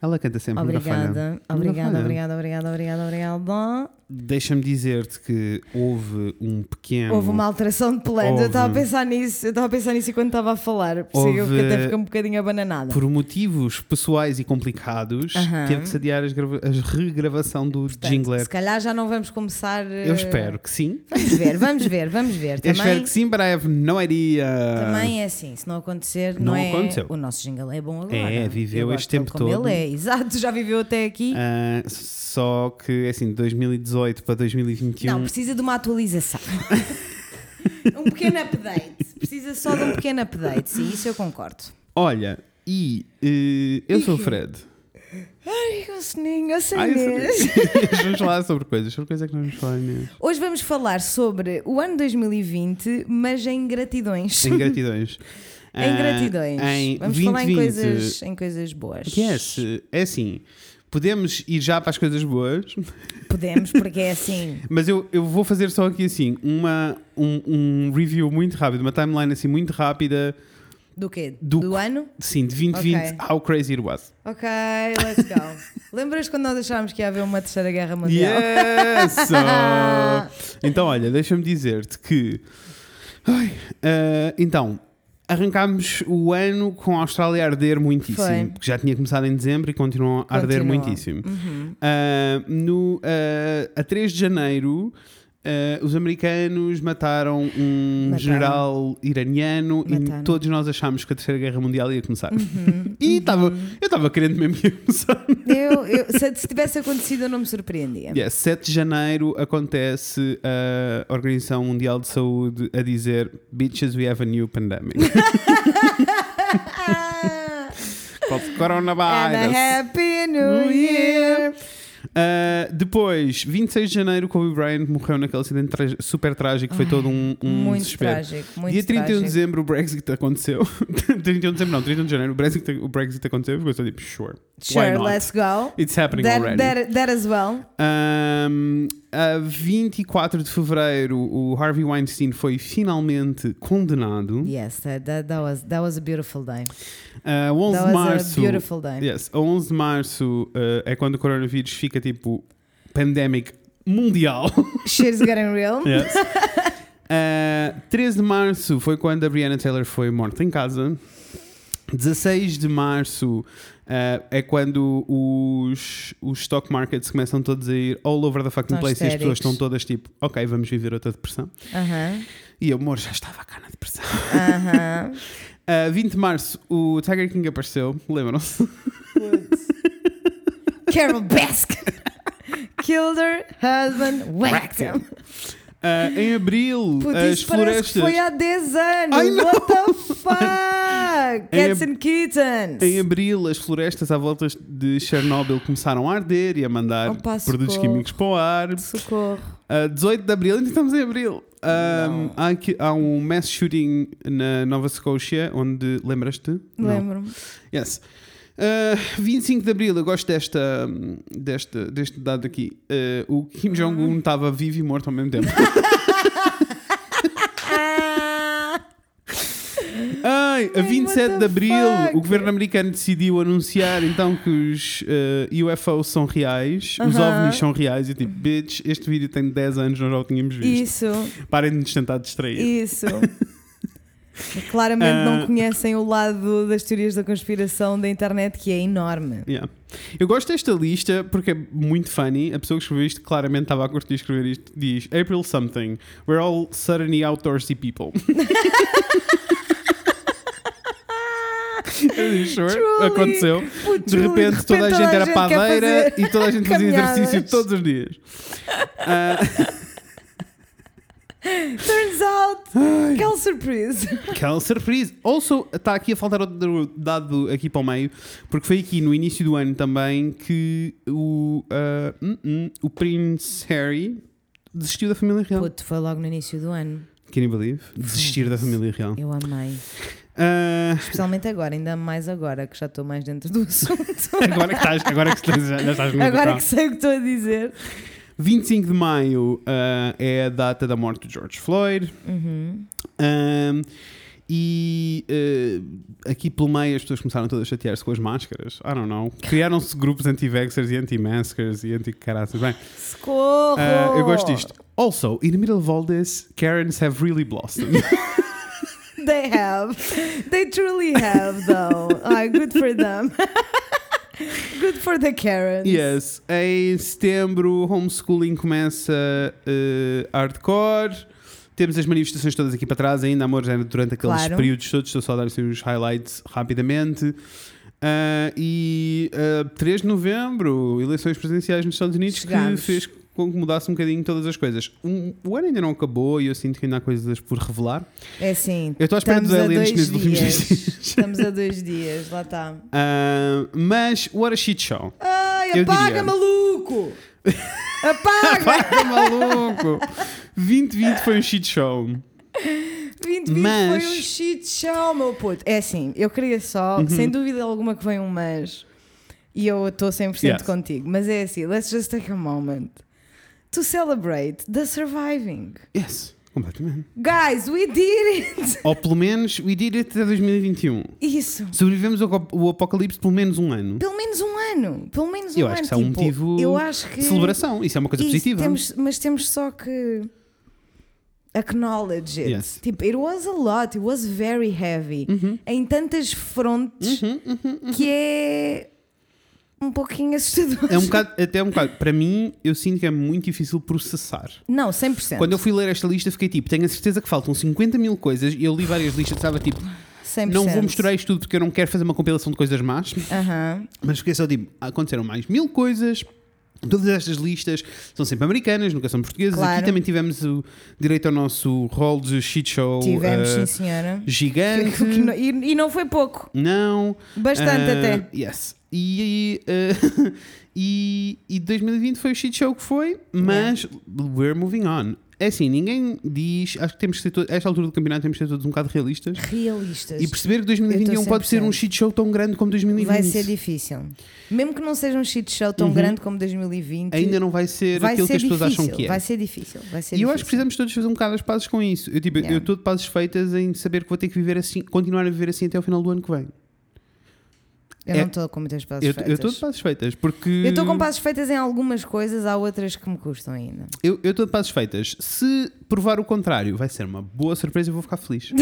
S1: Ela canta sempre nunca falha.
S2: Obrigada,
S1: Nunca
S2: obrigada,
S1: falha.
S2: obrigada, obrigada, obrigada, obrigada.
S1: Deixa-me dizer-te que houve um pequeno.
S2: Houve uma alteração de planos,
S1: Houve.
S2: eu estava a pensar nisso, eu estava a pensar nisso enquanto estava a falar, por isso é que eu
S1: Houve-
S2: até fiquei um bocadinho abananada.
S1: Por motivos pessoais e complicados,
S2: Aham.
S1: teve que se adiar as grava- a regravação do Jingler.
S2: Se calhar já não vamos começar. eh,
S1: Eu espero que sim.
S2: Vamos ver, vamos ver, vamos
S1: Eu
S2: ver. Também,
S1: espero que sim, é but I have no idea.
S2: também é assim, se não acontecer,
S1: Não
S2: não, é.
S1: aconteceu.
S2: O nosso jingle é bom agora.
S1: É, viveu
S2: Eu gosto
S1: este tempo
S2: dele como
S1: todo.
S2: Ele é, exato, já viveu até aqui.
S1: Ah, só que assim, de 2018 para 2021.
S2: Não, precisa de uma atualização. um pequeno update. Precisa só de um pequeno update, sim, isso eu concordo.
S1: Olha, e eh, eu sou o Fred.
S2: Ai, o soninho,
S1: Ah,
S2: a
S1: eu sou-
S2: Inês.
S1: vamos falar sobre coisas. Sobre coisas é que nós vamos falar Inês.
S2: Hoje vamos falar sobre o ano 2020, mas em gratidões.
S1: Em gratidões.
S2: Em
S1: Ah,
S2: gratidões.
S1: em
S2: Vamos falar em
S1: 2020.
S2: coisas, em coisas boas.
S1: Yes, é assim. Podemos ir já para as coisas boas,
S2: Podemos, porque é assim.
S1: mas eu, eu vou fazer só aqui assim uma, um, um review muito rápido, uma timeline assim muito rápida,
S2: Do quê?
S1: Do
S2: Do,
S1: que-
S2: ano?
S1: sim, de 2020,
S2: Ok.
S1: how crazy it was.
S2: Ok, let's go. Lembras quando nós achámos que ia haver uma terceira guerra mundial?
S1: Yes! Oh. então, olha, deixa-me dizer-te que. Ai, ah, então, arrancámos o ano com a Austrália a arder muitíssimo.
S2: Foi. Hum.
S1: Porque já tinha começado em dezembro e continuou a arder
S2: Continuou.
S1: muitíssimo.
S2: Uhum.
S1: Ah, no, ah, a 3 de janeiro. ah, os americanos mataram um
S2: Mataram.
S1: general iraniano e
S2: Mataram. Uhum.
S1: todos nós achámos que a Terceira Guerra Mundial ia começar. e tava, eu estava querendo mesmo que ia começar.
S2: Eu, eu- se, se tivesse acontecido, eu não me surpreendia.
S1: Yeah, 7 de janeiro acontece a Organização Mundial de Saúde a dizer Bitches, we have a new pandemic.
S2: Ah,
S1: Called
S2: and
S1: coronavirus.
S2: a happy
S1: Hum.
S2: new year!
S1: Uh, depois, 26 de janeiro, Kobe Bryant morreu naquele acidente tra- super trágico. Foi todo um, um
S2: muito
S1: desespero.
S2: trágico, muito
S1: Dia 31 de
S2: trágico.
S1: dezembro, o Brexit aconteceu. 31 de dezembro, não, 31 de janeiro, o Brexit, o Brexit aconteceu. Ficou só tipo, sure. why
S2: Sure,
S1: not?
S2: let's go.
S1: It's happening
S2: That,
S1: already.
S2: that, that as well.
S1: Um, a 24 de fevereiro, o Harvey Weinstein foi finalmente condenado.
S2: Yes, that, that, that, was, that was a beautiful day.
S1: A 11 de
S2: That was
S1: Ah, março,
S2: a beautiful day.
S1: yes, a 11 de março uh, é quando o coronavírus fica tipo pandemic mundial.
S2: Shit's getting real.
S1: Yes. Uh, 13 de março foi quando a Brianna Taylor foi morta em casa. 16 de março uh, é quando os, os stock markets começam todos a ir all over the fucking
S2: Estão
S1: place e as pessoas
S2: histéricos.
S1: estão todas tipo, ok, vamos viver outra depressão.
S2: Aham,
S1: E eu, amor, já estava cá na depressão.
S2: aham.
S1: Uh, 20 de março, o Tiger King apareceu, lembram-se?
S2: Carol Baskin killed her husband, whacked him.
S1: Uh, em abril,
S2: Puto,
S1: as
S2: isso parece que
S1: florestas.
S2: foi há 10 anos.
S1: Ai, não.
S2: What the fuck?
S1: Em
S2: Cats
S1: ab-
S2: and kittens.
S1: Em abril, as florestas à volta de Chernobyl começaram a arder e a mandar
S2: Opa,
S1: produtos
S2: socorro.
S1: químicos para o ar.
S2: Socorro.
S1: Uh, 18 de abril, ainda estamos em abril. Um, há, aqui- há um mass shooting na Nova Scotia, onde. Lembras-te? Não.
S2: Lembro-me.
S1: Yes. Uh, 25 de Abril, eu gosto desta, hum, desta, deste dado aqui. Uh, o Kim Jong-un estava vivo e morto ao mesmo tempo.
S2: Ah,
S1: Ai, a
S2: Man,
S1: 27
S2: what
S1: de
S2: the
S1: Abril,
S2: fuck?
S1: o governo americano decidiu anunciar então que os uh, UFOs são reais, os
S2: Aham.
S1: OVNIs são reais. E tipo, bitch, este vídeo tem 10 anos, nós já o tínhamos visto.
S2: isso,
S1: Parem de nos tentar distrair.
S2: isso. Claramente
S1: Então, Ah.
S2: não conhecem o lado das teorias da conspiração da internet, que é enorme.
S1: Yeah. Eu gosto desta lista porque é muito funny. A pessoa que escreveu isto claramente estava a curtir escrever isto. Diz April something. We're all suddenly outdoorsy people. Eu digo, sure,
S2: Truly.
S1: aconteceu.
S2: Puto,
S1: De repente, toda a gente era
S2: quer
S1: padeira
S2: fazer
S1: e toda a gente fazia
S2: caminhadas.
S1: exercício todos os dias. Ah,
S2: Turns out, que surprise!
S1: Aquela surpresa. Also, está tá aqui a faltar outro dado aqui para o meio, porque foi aqui no início do ano também que o, ah, hum, hum, o Prince Harry desistiu da família real.
S2: Puto, foi logo no início do ano.
S1: Can you believe? Desistir da família real.
S2: Eu amei.
S1: Ah,
S2: Especialmente agora, ainda mais agora que já estou mais dentro do assunto.
S1: agora que estás, agora que estás, já estás no
S2: agora
S1: lockdown.
S2: que sei o que estou a dizer.
S1: 25 de maio ah, é a data da morte de George Floyd.
S2: Uhum.
S1: Ahm, e ah, aqui pelo meio as pessoas começaram todas a chatear-se com as máscaras. I don't know. Criaram-se grupos anti-vaxxers e anti-maskers e anti-caraças. Bem,
S2: Socorro!
S1: ah, eu gosto disto. Also, in the middle of all this, Karens have really blossomed.
S2: They have. They truly have, though. Ai, good for them. good for the Karens.
S1: yes. Em setembro, homeschooling começa ah, hardcore. Temos as manifestações todas aqui para trás ainda, amor, já era durante aqueles
S2: Claro.
S1: períodos todos. Estou só a dar assim os highlights rapidamente. Ah, e ah, 3 de novembro, eleições presidenciais nos Estados Unidos,
S2: Chegamos.
S1: que fez com que mudasse um bocadinho todas as coisas. Um- o ano ainda não acabou e eu sinto que ainda há coisas por revelar.
S2: É assim.
S1: Eu estou à espera
S2: estamos
S1: dos
S2: a
S1: aliens
S2: dois
S1: nestes últimos
S2: dias.
S1: dias.
S2: Estamos a dois dias, lá está.
S1: Ah, mas, what a shit show.
S2: Ai,
S1: Eu
S2: apaga,
S1: diria-
S2: maluco! Apaga!
S1: Tá maluco! 2020 foi um shit show.
S2: 2020
S1: Mas-
S2: foi um shit show, meu puto. É assim, eu queria só,
S1: Uhum.
S2: sem dúvida alguma que vem um mas, e eu estou 100%
S1: Yes.
S2: contigo, mas é assim, let's just take a moment to celebrate the surviving.
S1: Yes, completamente.
S2: Guys, we did it!
S1: Ou pelo menos, we did it até 2021.
S2: Isso.
S1: Sobrevivemos ao co- o apocalipse pelo menos um ano.
S2: Pelo menos um ano. Pelo menos um
S1: eu
S2: ano.
S1: acho que isso é um
S2: tipo,
S1: motivo
S2: eu acho que
S1: de celebração. Isso é uma coisa
S2: Isso,
S1: positiva.
S2: temos- mas temos só que acknowledge it.
S1: Yes. Uhum.
S2: Tipo, it was a lot, it was very heavy. Em tantas frontes que é um pouquinho assustador.
S1: É um bocado, até um bocado. Para mim, eu sinto que é muito difícil processar.
S2: Não, 100%.
S1: Quando eu fui ler esta lista, fiquei tipo, tenho a certeza que faltam 50 mil coisas. E eu li várias listas, estava tipo,
S2: 100%.
S1: não vou misturar isto tudo porque eu não quero fazer uma compilação de coisas más.
S2: Aham.
S1: Mas fiquei só tipo, aconteceram mais mil coisas. Todas estas listas são sempre americanas, nunca são portuguesas.
S2: Claro.
S1: Aqui também tivemos o direito ao nosso rol de shit show
S2: Tivemos,
S1: eh,
S2: sim, senhora.
S1: gigante.
S2: Que não- e, e não foi pouco.
S1: Não.
S2: Bastante
S1: Ah,
S2: até.
S1: Yes. E, eh, e, e 2020 foi o shit show que
S2: É.
S1: foi, mas we're moving on. É assim, ninguém diz. Acho que temos que ser. to- A esta altura do campeonato temos que ser todos um bocado realistas.
S2: Realistas.
S1: E perceber que 2021 pode ser um
S2: 100%.
S1: shit show tão grande como 2020.
S2: Vai ser difícil. Mesmo que não seja um shit show tão grande como 2020,
S1: Uhum. Ainda não vai ser
S2: vai
S1: aquilo
S2: ser
S1: que as pessoas
S2: difícil.
S1: acham que é.
S2: Vai ser difícil. Vai
S1: E
S2: ser
S1: eu
S2: difícil.
S1: acho que precisamos todos fazer um bocado as pazes com isso. Eu tipo,
S2: Yeah.
S1: eu estou de pazes feitas em saber que vou ter que viver assim, continuar a viver assim até o final do ano que vem.
S2: Eu
S1: É-
S2: não estou com muitas passos
S1: Eu
S2: feitas.
S1: eu estou de pazes feitas porque
S2: Eu estou com passos feitas em algumas coisas, há outras que me custam ainda.
S1: eu eu estou de pazes feitas. Se provar o contrário, vai ser uma boa surpresa e vou ficar feliz.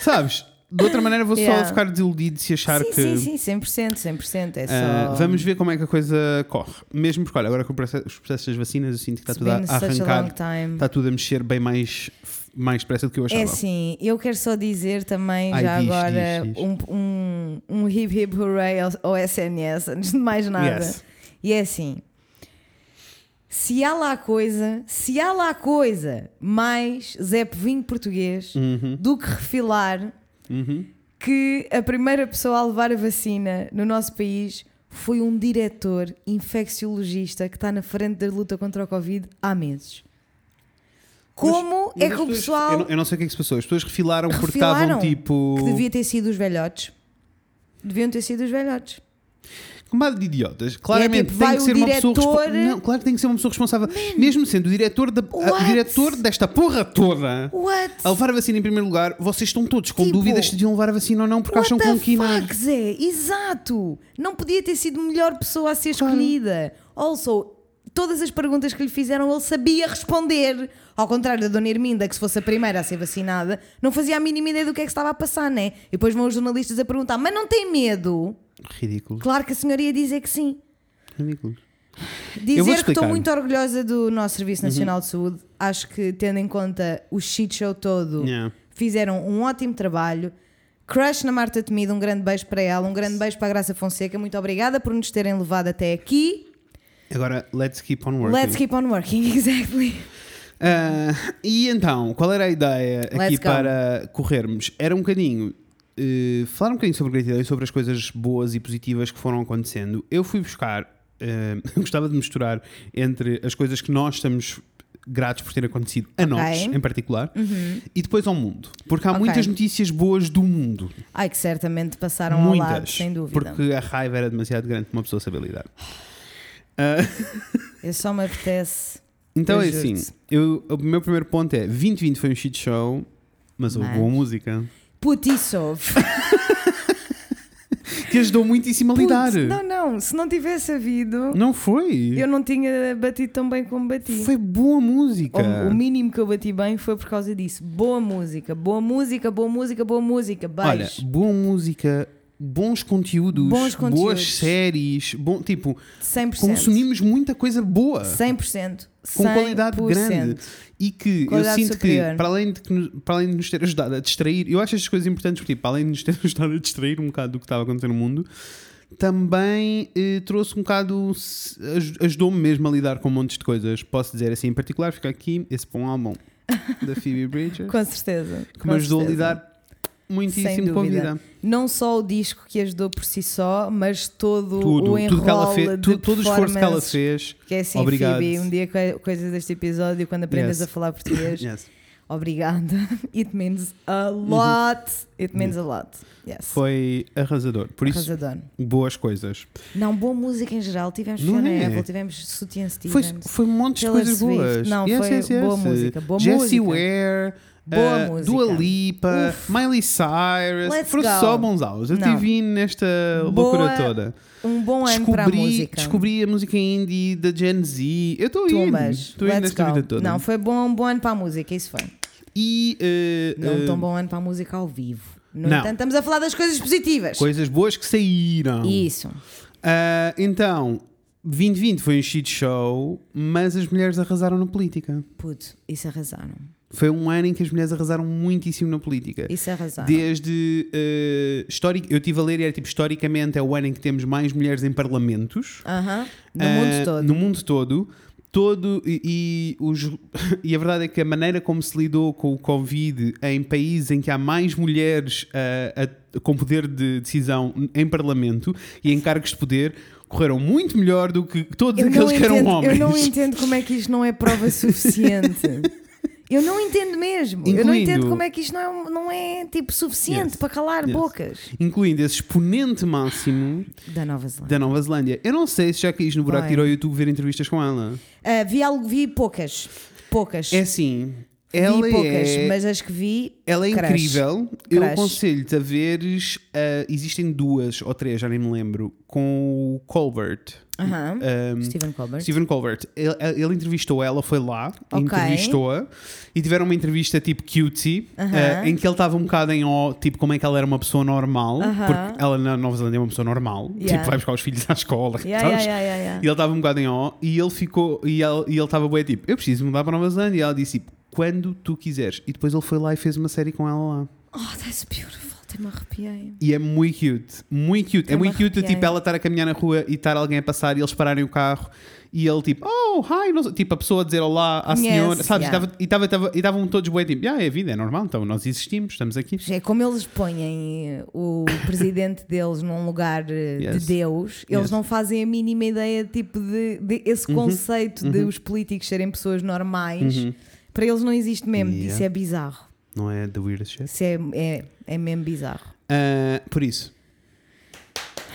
S1: Sabes? De outra maneira vou
S2: Yeah.
S1: só ficar desiludido se achar
S2: sim,
S1: que
S2: sim, sim, 100%, 100%. É só.
S1: ah, vamos ver como é que a coisa corre. Mesmo porque, olha, agora com o processo- os processos das vacinas, eu sinto que está
S2: It's
S1: tá tudo a
S2: been
S1: a
S2: such a long
S1: arrancar,
S2: time.
S1: está tudo a mexer bem mais, mais depressa do que eu achava.
S2: É sim, eu quero só dizer também,
S1: Ai,
S2: já
S1: diz,
S2: agora,
S1: diz, diz.
S2: Um, um, um hip hip hooray ao, ao SNS, antes de mais nada.
S1: Yes.
S2: E é assim: se há lá coisa, se há lá coisa mais Zé Povinho português
S1: Uhum.
S2: do que refilar que a primeira pessoa a levar a vacina no nosso país. Foi um diretor infecciologista que está na frente da luta contra o Covid há meses. Como
S1: Mas
S2: é que o
S1: as pessoas-
S2: pessoal.
S1: Eu não, eu não sei o que é que se passou. As pessoas refilaram, porque
S2: Refilaram
S1: estavam tipo.
S2: Que devia ter sido os velhotes. Deviam ter sido os velhotes.
S1: Combate de idiotas. Claramente
S2: tipo,
S1: tem
S2: vai
S1: que
S2: o
S1: ser uma pessoa
S2: diretor-
S1: responsável. Não, claro que tem que ser uma pessoa responsável. Mesmo sendo o diretor, da, a-
S2: What?
S1: diretor desta porra toda.
S2: What?
S1: A levar a vacina em primeiro lugar, vocês estão todos com
S2: Tipo,
S1: dúvidas se deviam levar a vacina ou não, porque
S2: What
S1: acham que
S2: the
S1: vão quinar.
S2: fuck, Zé? Exato! Não podia ter sido melhor pessoa a ser
S1: Claro.
S2: escolhida. Also, todas as perguntas que lhe fizeram ele sabia responder. Ao contrário da Dona Irminda, que se fosse a primeira a ser vacinada, não fazia a mínima ideia do que é que estava a passar, né? E depois vão os jornalistas a perguntar: mas não tem medo?
S1: Ridículo.
S2: Claro que a senhora ia dizer que sim.
S1: Ridículo. vou-te
S2: Dizer que estou
S1: explicar. Uhum.
S2: muito orgulhosa do nosso Serviço Nacional de Saúde, acho que tendo em conta o shit show todo,
S1: Yeah.
S2: fizeram um ótimo trabalho. Crush na Marta Temido, um grande beijo para ela, um grande beijo para a Graça Fonseca, muito obrigada por nos terem levado até aqui.
S1: Agora, let's keep on working.
S2: Let's keep on working, exactly.
S1: Ah, e então, qual era a ideia aqui
S2: go.
S1: para corrermos? Era um bocadinho. eh, falar um bocadinho sobre gratidão e sobre as coisas boas e positivas que foram acontecendo. Eu fui buscar. eh, eu gostava de misturar entre as coisas que nós estamos gratos por ter acontecido a nós, em particular, e depois ao mundo. Porque há
S2: Uhum. Ok.
S1: muitas notícias boas do mundo.
S2: Ai, que certamente passaram
S1: Muitas.
S2: ao um lado, sem dúvida.
S1: Porque a raiva era demasiado grande para uma pessoa saber lidar.
S2: Eu só me apetece.
S1: Então
S2: Eu
S1: é assim,
S2: juro-te.
S1: eu, o meu primeiro ponto é 2020 foi um shit show, mas houve
S2: Mas-
S1: boa música
S2: Putissov.
S1: que ajudou muitíssimo a lidar.
S2: Putz, Não, não, se não tivesse havido,
S1: Não foi?
S2: eu não tinha batido tão bem como bati.
S1: Foi boa música.
S2: O, o mínimo que eu bati bem foi por causa disso. Boa música, boa música, boa música, boa música.
S1: Olha,
S2: Beijo.
S1: boa música, bons conteúdos,
S2: Bons
S1: boas
S2: conteúdos.
S1: séries, bom, tipo,
S2: 100%.
S1: consumimos muita coisa boa.
S2: 100%.
S1: Com qualidade
S2: 100%.
S1: grande e que
S2: Qualidade
S1: eu sinto
S2: superior.
S1: que para, além de que nos- para além de nos ter ajudado a distrair, eu acho estas coisas importantes porque, para além de nos ter ajudado a distrair um bocado do que estava acontecendo no mundo, também eh, trouxe um bocado, se- aj- ajudou-me mesmo a lidar com montes de coisas. Posso dizer assim, em particular, fica aqui esse bom álbum da Phoebe Bridger
S2: Com certeza.
S1: que
S2: com
S1: me ajudou a
S2: certeza.
S1: lidar muitíssimo
S2: Sem
S1: com a
S2: dúvida.
S1: vida.
S2: Não só o disco que ajudou por si só, mas todo
S1: Tudo,
S2: o
S1: tudo que ela
S2: enrolo
S1: fez,
S2: de
S1: tu- todo o esforço que ela
S2: performances.
S1: fez.
S2: Que é assim,
S1: Obrigado.
S2: Phoebe, um dia coi- coisas deste episódio, quando aprendes
S1: Yes.
S2: a falar português,
S1: Yes.
S2: obrigada. It means a lot. It means a lot.
S1: Uhum.
S2: Yes.
S1: Foi arrasador. Por isso,
S2: Arrasador.
S1: boas coisas.
S2: Não, boa música em geral. Tivemos
S1: Não
S2: Fiona
S1: é?
S2: Apple, tivemos Sutien
S1: Foi,
S2: Stevens.
S1: foi um monte de
S2: Taylor
S1: coisas
S2: Swift.
S1: boas.
S2: Não, foi boa música, boa
S1: Jessie
S2: música.
S1: Ware,
S2: Boa
S1: eh,
S2: música.
S1: Dua Lipa, Miley Cyrus.
S2: Let's
S1: foram
S2: go.
S1: só bons aulas. Eu
S2: Não.
S1: tive nesta
S2: Boa-
S1: loucura toda.
S2: Um bom ano para a
S1: Descobri,
S2: música.
S1: descobri a música indie da Gen Z. Eu estou indo.
S2: Tumbas.
S1: Estou indo
S2: Let's
S1: nesta
S2: go.
S1: vida toda.
S2: Não, foi bom, um bom ano para a música, isso foi.
S1: E eh,
S2: Não
S1: eh,
S2: tão bom ano para a música ao vivo. No
S1: não.
S2: entanto, estamos a falar das coisas positivas.
S1: coisas boas que saíram.
S2: Isso.
S1: Ah, então, 2020 foi um shit show, mas as mulheres arrasaram na política.
S2: Puto, isso arrasaram.
S1: Foi um ano em que as mulheres arrasaram muitíssimo na política.
S2: Isso arrasaram.
S1: Desde. ah, histori- eu estive a ler e era tipo, historicamente é o ano em que temos mais mulheres em parlamentos.
S2: Aham. No
S1: Ah,
S2: mundo todo.
S1: No mundo todo. Todo, e, e os, e a verdade é que a maneira como se lidou com o Covid em países em que há mais mulheres ah, a- com poder de decisão em parlamento e em cargos de poder correram muito melhor do que todos
S2: Eu não,
S1: aqueles que eram
S2: entendo, eu
S1: homens.
S2: não entendo como é que isto não é prova suficiente. Eu não entendo mesmo. Eu não
S1: Incluindo-
S2: entendo como é que isto não é, um- não é tipo suficiente
S1: Yes.
S2: para calar
S1: Yes.
S2: bocas.
S1: Incluindo esse exponente máximo
S2: Da Nova Zelândia.
S1: da Nova Zelândia. Eu não sei se já caís no buraco de ir ao
S2: Bem.
S1: YouTube ver entrevistas com ela.
S2: Ah, vi, algo, vi poucas. Poucas.
S1: É assim, ela
S2: vi poucas,
S1: é...
S2: mas as que vi.
S1: Ela é
S2: crush.
S1: incrível. Eu
S2: Crush.
S1: aconselho-te a veres. ah, existem duas ou três, já nem me lembro. Com o Colbert.
S2: Aham.
S1: Ahm,
S2: Stephen Uhum. Colbert.
S1: Stephen Colbert. Ele, eh, ele entrevistou ela, foi lá,
S2: Ok.
S1: entrevistou-a e tiveram uma entrevista tipo cutie, ah, em que ele estava um bocado em ó, tipo como é que ela era uma pessoa normal, porque ela na Nova Zelândia é uma pessoa normal,
S2: Yeah.
S1: tipo vai buscar os filhos à escola,
S2: Yeah,
S1: sabes?
S2: yeah, yeah, yeah, yeah.
S1: E ele estava um bocado em ó e ele ficou e ele e ele estava bué tipo, eu preciso mudar para a Nova Zelândia. E ela disse tipo, quando tu quiseres. E depois ele foi lá e fez uma série com ela lá.
S2: Oh, that's beautiful. Até me arrepiei.
S1: E é muito cute, muito cute. é
S2: Eu me
S1: muito cute,
S2: arrepiei.
S1: tipo, ela estar a caminhar na rua e estar alguém a passar e eles pararem o carro e ele, tipo, oh, hi, não sei- tipo, a pessoa a dizer olá à
S2: Yes,
S1: senhora, sabes?
S2: yeah.
S1: E estava- E tava- e estavam todos bué, tipo, ah, é a vida, é normal, então nós existimos, estamos aqui.
S2: É como eles põem eh, o presidente deles num lugar eh,
S1: Yes.
S2: de Deus, eles
S1: Yes. Uhum.
S2: não fazem a mínima ideia tipo de, de esse conceito de os políticos serem pessoas normais. Para eles não existe mesmo.
S1: Yeah.
S2: Isso é bizarro.
S1: Não é the weirdest shit?
S2: Isso é, é, é mesmo bizarro.
S1: Ah, por isso,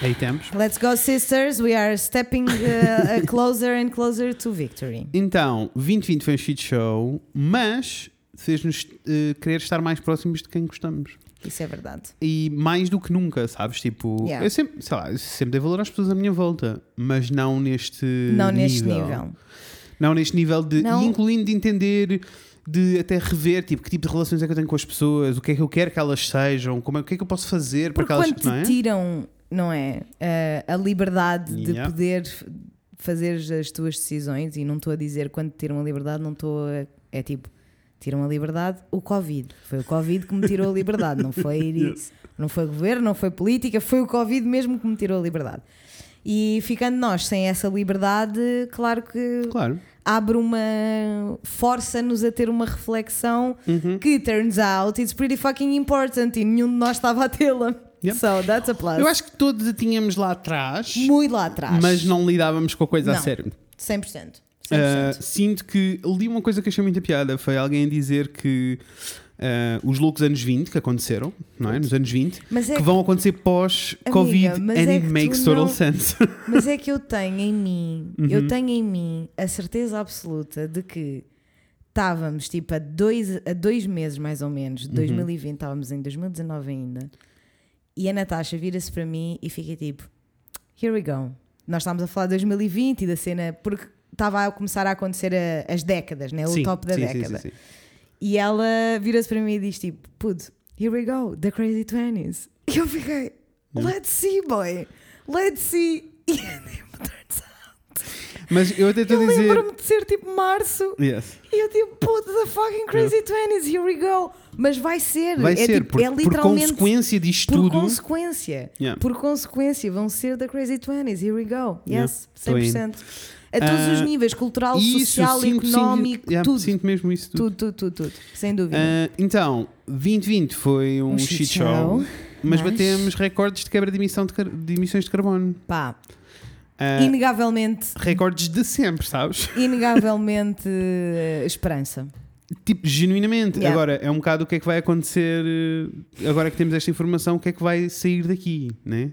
S1: aí temos.
S2: Let's go, sisters. We are stepping eh, a closer and closer to victory.
S1: Então, 2020 foi um shit show, mas fez-nos eh, querer estar mais próximos de quem gostamos.
S2: Isso é verdade.
S1: E mais do que nunca, sabes? Tipo,
S2: Yeah.
S1: eu sempre, sei lá, eu sempre dei valor às pessoas à minha volta, mas não neste
S2: não neste nível.
S1: Não neste nível de,
S2: Não.
S1: incluindo de entender de até rever tipo, que tipo de relações é que eu tenho com as pessoas, o que é que eu quero que elas sejam, como é, o que é que eu posso fazer
S2: Porque
S1: para que elas.
S2: quando te
S1: não é?
S2: tiram, não é? eh, a liberdade
S1: Yeah.
S2: de poder f- fazer as tuas decisões, e não estou a dizer quando te tiram a liberdade, não estou a. É tipo, tiram a liberdade o Covid. Foi o Covid que me tirou a liberdade, não foi ir- não foi governo, não foi política, foi o Covid mesmo que me tirou a liberdade. E ficando nós sem essa liberdade, claro que
S1: Claro.
S2: abre uma. força-nos a ter uma reflexão
S1: Uhum.
S2: que, turns out, it's pretty fucking important e nenhum de nós estava a tê-la.
S1: Yep.
S2: So that's a plus.
S1: Eu acho que todos a tínhamos lá atrás,
S2: Muito lá atrás.
S1: mas não lidávamos com a coisa a
S2: Não.
S1: sério.
S2: 100%. 100%.
S1: Uh, sinto que li uma coisa que achei muita piada. Foi alguém dizer que uh, os loucos anos 20 que aconteceram, não é? Nos anos 20,
S2: Mas é
S1: que
S2: que-
S1: vão acontecer pós-Covid
S2: Amiga,
S1: and
S2: mas é
S1: it
S2: que tu
S1: makes total
S2: não-
S1: sense.
S2: Mas é que eu tenho em mim,
S1: Uhum.
S2: eu tenho em mim a certeza absoluta de que estávamos tipo a dois, a dois meses mais ou menos, de
S1: Uhum.
S2: 2020, estávamos em 2019 ainda, e a Natasha vira-se para mim e fica tipo: Here we go. Nós estávamos a falar de 2020 e da cena, porque estava a começar a acontecer a- as décadas, né? o
S1: Sim,
S2: top da
S1: sim, sim,
S2: década.
S1: sim, sim.
S2: E ela vira-se para mim e diz tipo, puto, here we go, the crazy 20s. E eu fiquei, let's see, boy, let's see. E
S1: Mas eu até estou
S2: eu
S1: a dizer.
S2: lembro-me de ser tipo março
S1: Yes.
S2: e eu tipo, puto, the fucking crazy 20s, here we go. Mas vai ser,
S1: Vai
S2: é,
S1: ser,
S2: tipo,
S1: por,
S2: é
S1: por
S2: literalmente
S1: consequência disto
S2: por
S1: tudo.
S2: consequência.
S1: Yeah.
S2: Por consequência, vão ser the crazy 20s, here we go.
S1: Yeah,
S2: Yes,
S1: tô indo.
S2: 100%. A todos os
S1: Ah,
S2: níveis, cultural,
S1: isso,
S2: social,
S1: sinto- sinto-
S2: económico,
S1: yeah,
S2: tudo,
S1: Sinto mesmo isso tudo.
S2: tudo, tudo, tudo, tudo, sem dúvida.
S1: Ah, então, 2020 foi um,
S2: Um
S1: shit
S2: shit
S1: show,
S2: show.
S1: mas
S2: Nice.
S1: batemos recordes de quebra de, emissão de, car- de emissões de carbono.
S2: Pá,
S1: Ah,
S2: inegavelmente
S1: recordes de sempre, sabes?
S2: Inegavelmente eh, esperança.
S1: Tipo, genuinamente.
S2: Yeah.
S1: Agora, é um bocado o que é que vai acontecer eh, agora que temos esta informação, o que é que vai sair daqui, né?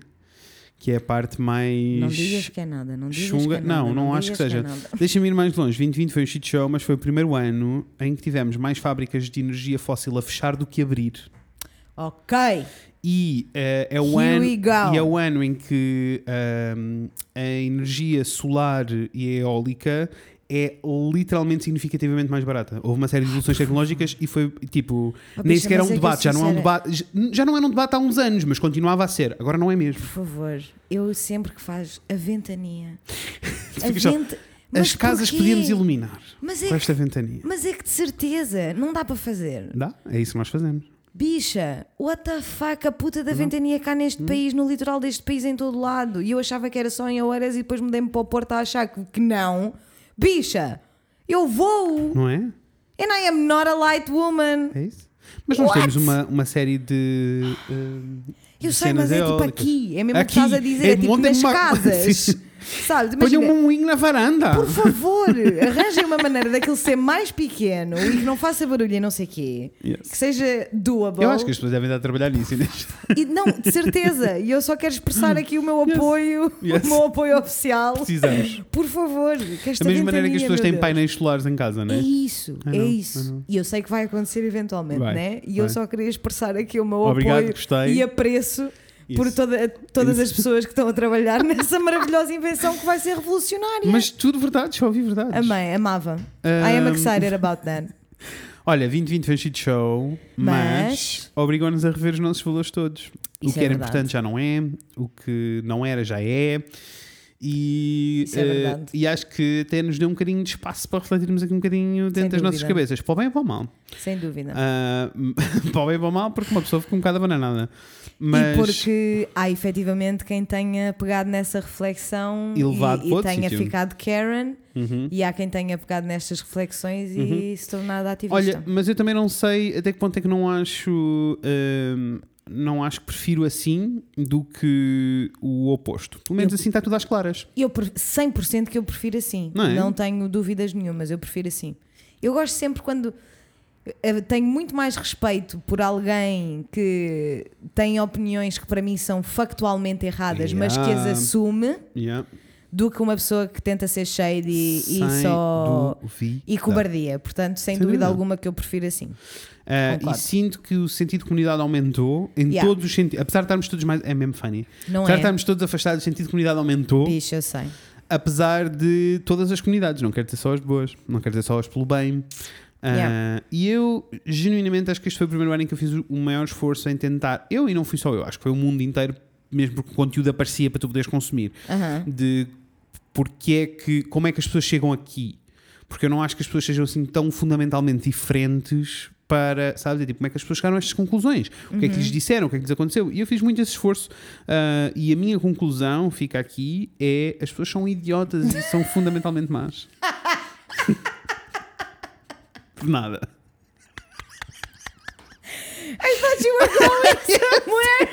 S1: Que é a parte mais.
S2: Não digas que é nada, não digas
S1: Chunga-
S2: que é nada.
S1: não, não acho que
S2: digas
S1: seja.
S2: é nada.
S1: Deixa-me ir mais longe. 2020 foi um shit show, mas foi o primeiro ano em que tivemos mais fábricas de energia fóssil a fechar do que abrir.
S2: Ok.
S1: E eh, é, o
S2: Here
S1: ano,
S2: we go.
S1: e é o ano em que ahm, a energia solar e a eólica é literalmente significativamente mais barata. Houve uma série de evoluções tecnológicas e foi tipo,
S2: Oh,
S1: nem
S2: bicha,
S1: sequer era um
S2: mas é que eu
S1: debate, já não é um
S2: sincera-
S1: debate, já não era um debate há uns anos, mas continuava a ser. Agora não é mesmo.
S2: Por favor, eu sempre que faz a ventania. a
S1: Fica só,
S2: venta-
S1: As
S2: Mas
S1: casas
S2: porquê?
S1: podíamos iluminar
S2: Mas é,
S1: com esta ventania.
S2: mas é que de certeza, não dá para fazer.
S1: Dá? É isso que nós fazemos.
S2: Bicha, what the fuck, a puta da ventania cá
S1: Hum?
S2: neste país, no litoral deste país, em todo lado. E eu achava que era só em Oeiras e depois mudei-me para o Porto a achar que, que não. Bicha, eu vou.
S1: Não é?
S2: And I am not a light woman.
S1: É isso? Mas nós
S2: What?
S1: temos uma, uma série de. ahm,
S2: Eu
S1: de
S2: sei, mas
S1: cenas
S2: é
S1: eólicas.
S2: tipo aqui, é mesmo o
S1: Aqui,
S2: que estás a dizer, é,
S1: é
S2: tipo
S1: monte-
S2: nas
S1: ma-
S2: casas.
S1: Sim.
S2: Sabes?
S1: Ponham
S2: Imagina,
S1: um moinho na varanda.
S2: por favor, arranjem uma maneira daquele ser mais pequeno e que não faça barulho e não sei quê.
S1: Yes.
S2: Que seja doable.
S1: Eu acho que as pessoas devem estar a trabalhar nisso, Inês.
S2: E, não, de certeza. E eu só quero expressar aqui o meu apoio,
S1: Yes.
S2: o meu apoio oficial.
S1: Precisamos.
S2: Por favor, que esta
S1: Da mesma maneira que as
S2: ventania,
S1: pessoas
S2: meu
S1: têm
S2: Deus.
S1: painéis solares em casa, não
S2: É
S1: é?
S2: isso,
S1: I
S2: é
S1: know, I know.
S2: isso. E eu sei que vai acontecer eventualmente,
S1: Vai,
S2: né? E
S1: vai.
S2: eu só queria expressar aqui o meu
S1: Obrigado,
S2: apoio
S1: gostei.
S2: e apreço por
S1: Isso.
S2: toda- todas
S1: Isso.
S2: as pessoas que estão a trabalhar nessa maravilhosa invenção que vai ser revolucionária.
S1: Mas tudo verdade, só ouvi verdade.
S2: Amém, amava. I am
S1: Ahm.
S2: excited about that.
S1: Olha, 2020 foi um shit show, mas,
S2: Mas-
S1: obrigou-nos a rever os nossos valores todos. o
S2: Isso
S1: que
S2: é
S1: era
S2: verdade.
S1: importante já não é, o que não era já é. E,
S2: Isso é
S1: eh,
S2: verdade.
S1: e acho que até nos deu um bocadinho de espaço para refletirmos aqui um bocadinho dentro das
S2: dúvida.
S1: nossas cabeças, para o bem ou para o mal.
S2: Sem dúvida.
S1: Ah, para o bem ou para o mal, porque uma pessoa fica um bocado abananada. Mas
S2: E porque há efetivamente quem tenha pegado nessa reflexão
S1: E levado para
S2: e,
S1: outro
S2: tenha
S1: sítio.
S2: ficado Karen,
S1: Uhum.
S2: e há quem tenha pegado nestas reflexões e se tornado ativista.
S1: Olha, mas eu também não sei até que ponto é que não acho. hum, não acho que prefiro assim do que o oposto. Pelo menos assim está tudo às claras.
S2: Eu pre- 100% que eu prefiro assim.
S1: Não
S2: Não,
S1: é?
S2: tenho dúvidas nenhumas, eu prefiro assim. Eu gosto sempre quando. eh, Tenho muito mais respeito por alguém que tem opiniões que para mim são factualmente erradas, mas que as
S1: Yeah.
S2: assume,
S1: Yeah.
S2: do que uma pessoa que tenta ser shade e, e
S1: Sem
S2: só.
S1: dúvida.
S2: E cobardia. Portanto,
S1: Sem
S2: sem dúvida
S1: dúvida.
S2: alguma que eu prefiro assim.
S1: Ah, e
S2: Concordo.
S1: sinto que o sentido de comunidade aumentou em
S2: Yeah.
S1: todos os sentidos. Apesar de estarmos todos mais. É mesmo funny.
S2: Não
S1: Apesar
S2: é?
S1: de estarmos todos afastados, o sentido de comunidade aumentou.
S2: Bicho, eu sei.
S1: Apesar de todas as comunidades. Não quero dizer só as boas, não quero dizer só as pelo bem. Ah,
S2: Yeah.
S1: E eu, genuinamente, acho que este foi o primeiro ano em que eu fiz o maior esforço em tentar. Eu e não fui só eu, acho que foi o mundo inteiro, mesmo porque o conteúdo aparecia para tu poderes consumir.
S2: Aham.
S1: De porque é que, como é que as pessoas chegam aqui. Porque eu não acho que as pessoas sejam assim tão fundamentalmente diferentes para, sabes, é tipo, como é que as pessoas chegaram a estas conclusões? O que
S2: Uhum.
S1: é que lhes disseram? O que é que lhes aconteceu? E eu fiz muito esse esforço. ah, e a minha conclusão, fica aqui, é as pessoas são idiotas e são fundamentalmente más. Por nada.
S2: I thought you were going somewhere.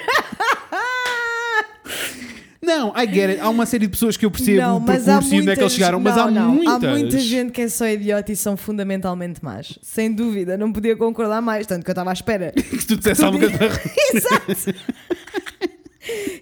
S1: Não, I get it. Há uma série de pessoas que eu percebo
S2: não,
S1: o
S2: mas há
S1: percurso e
S2: muitas,
S1: onde é que eles chegaram, mas
S2: não,
S1: há
S2: não.
S1: muitas.
S2: Há muita gente que é só idiota e são fundamentalmente más. Sem dúvida, não podia concordar mais, tanto que eu estava à espera.
S1: que tu dissesse alguma coisa.
S2: Exato.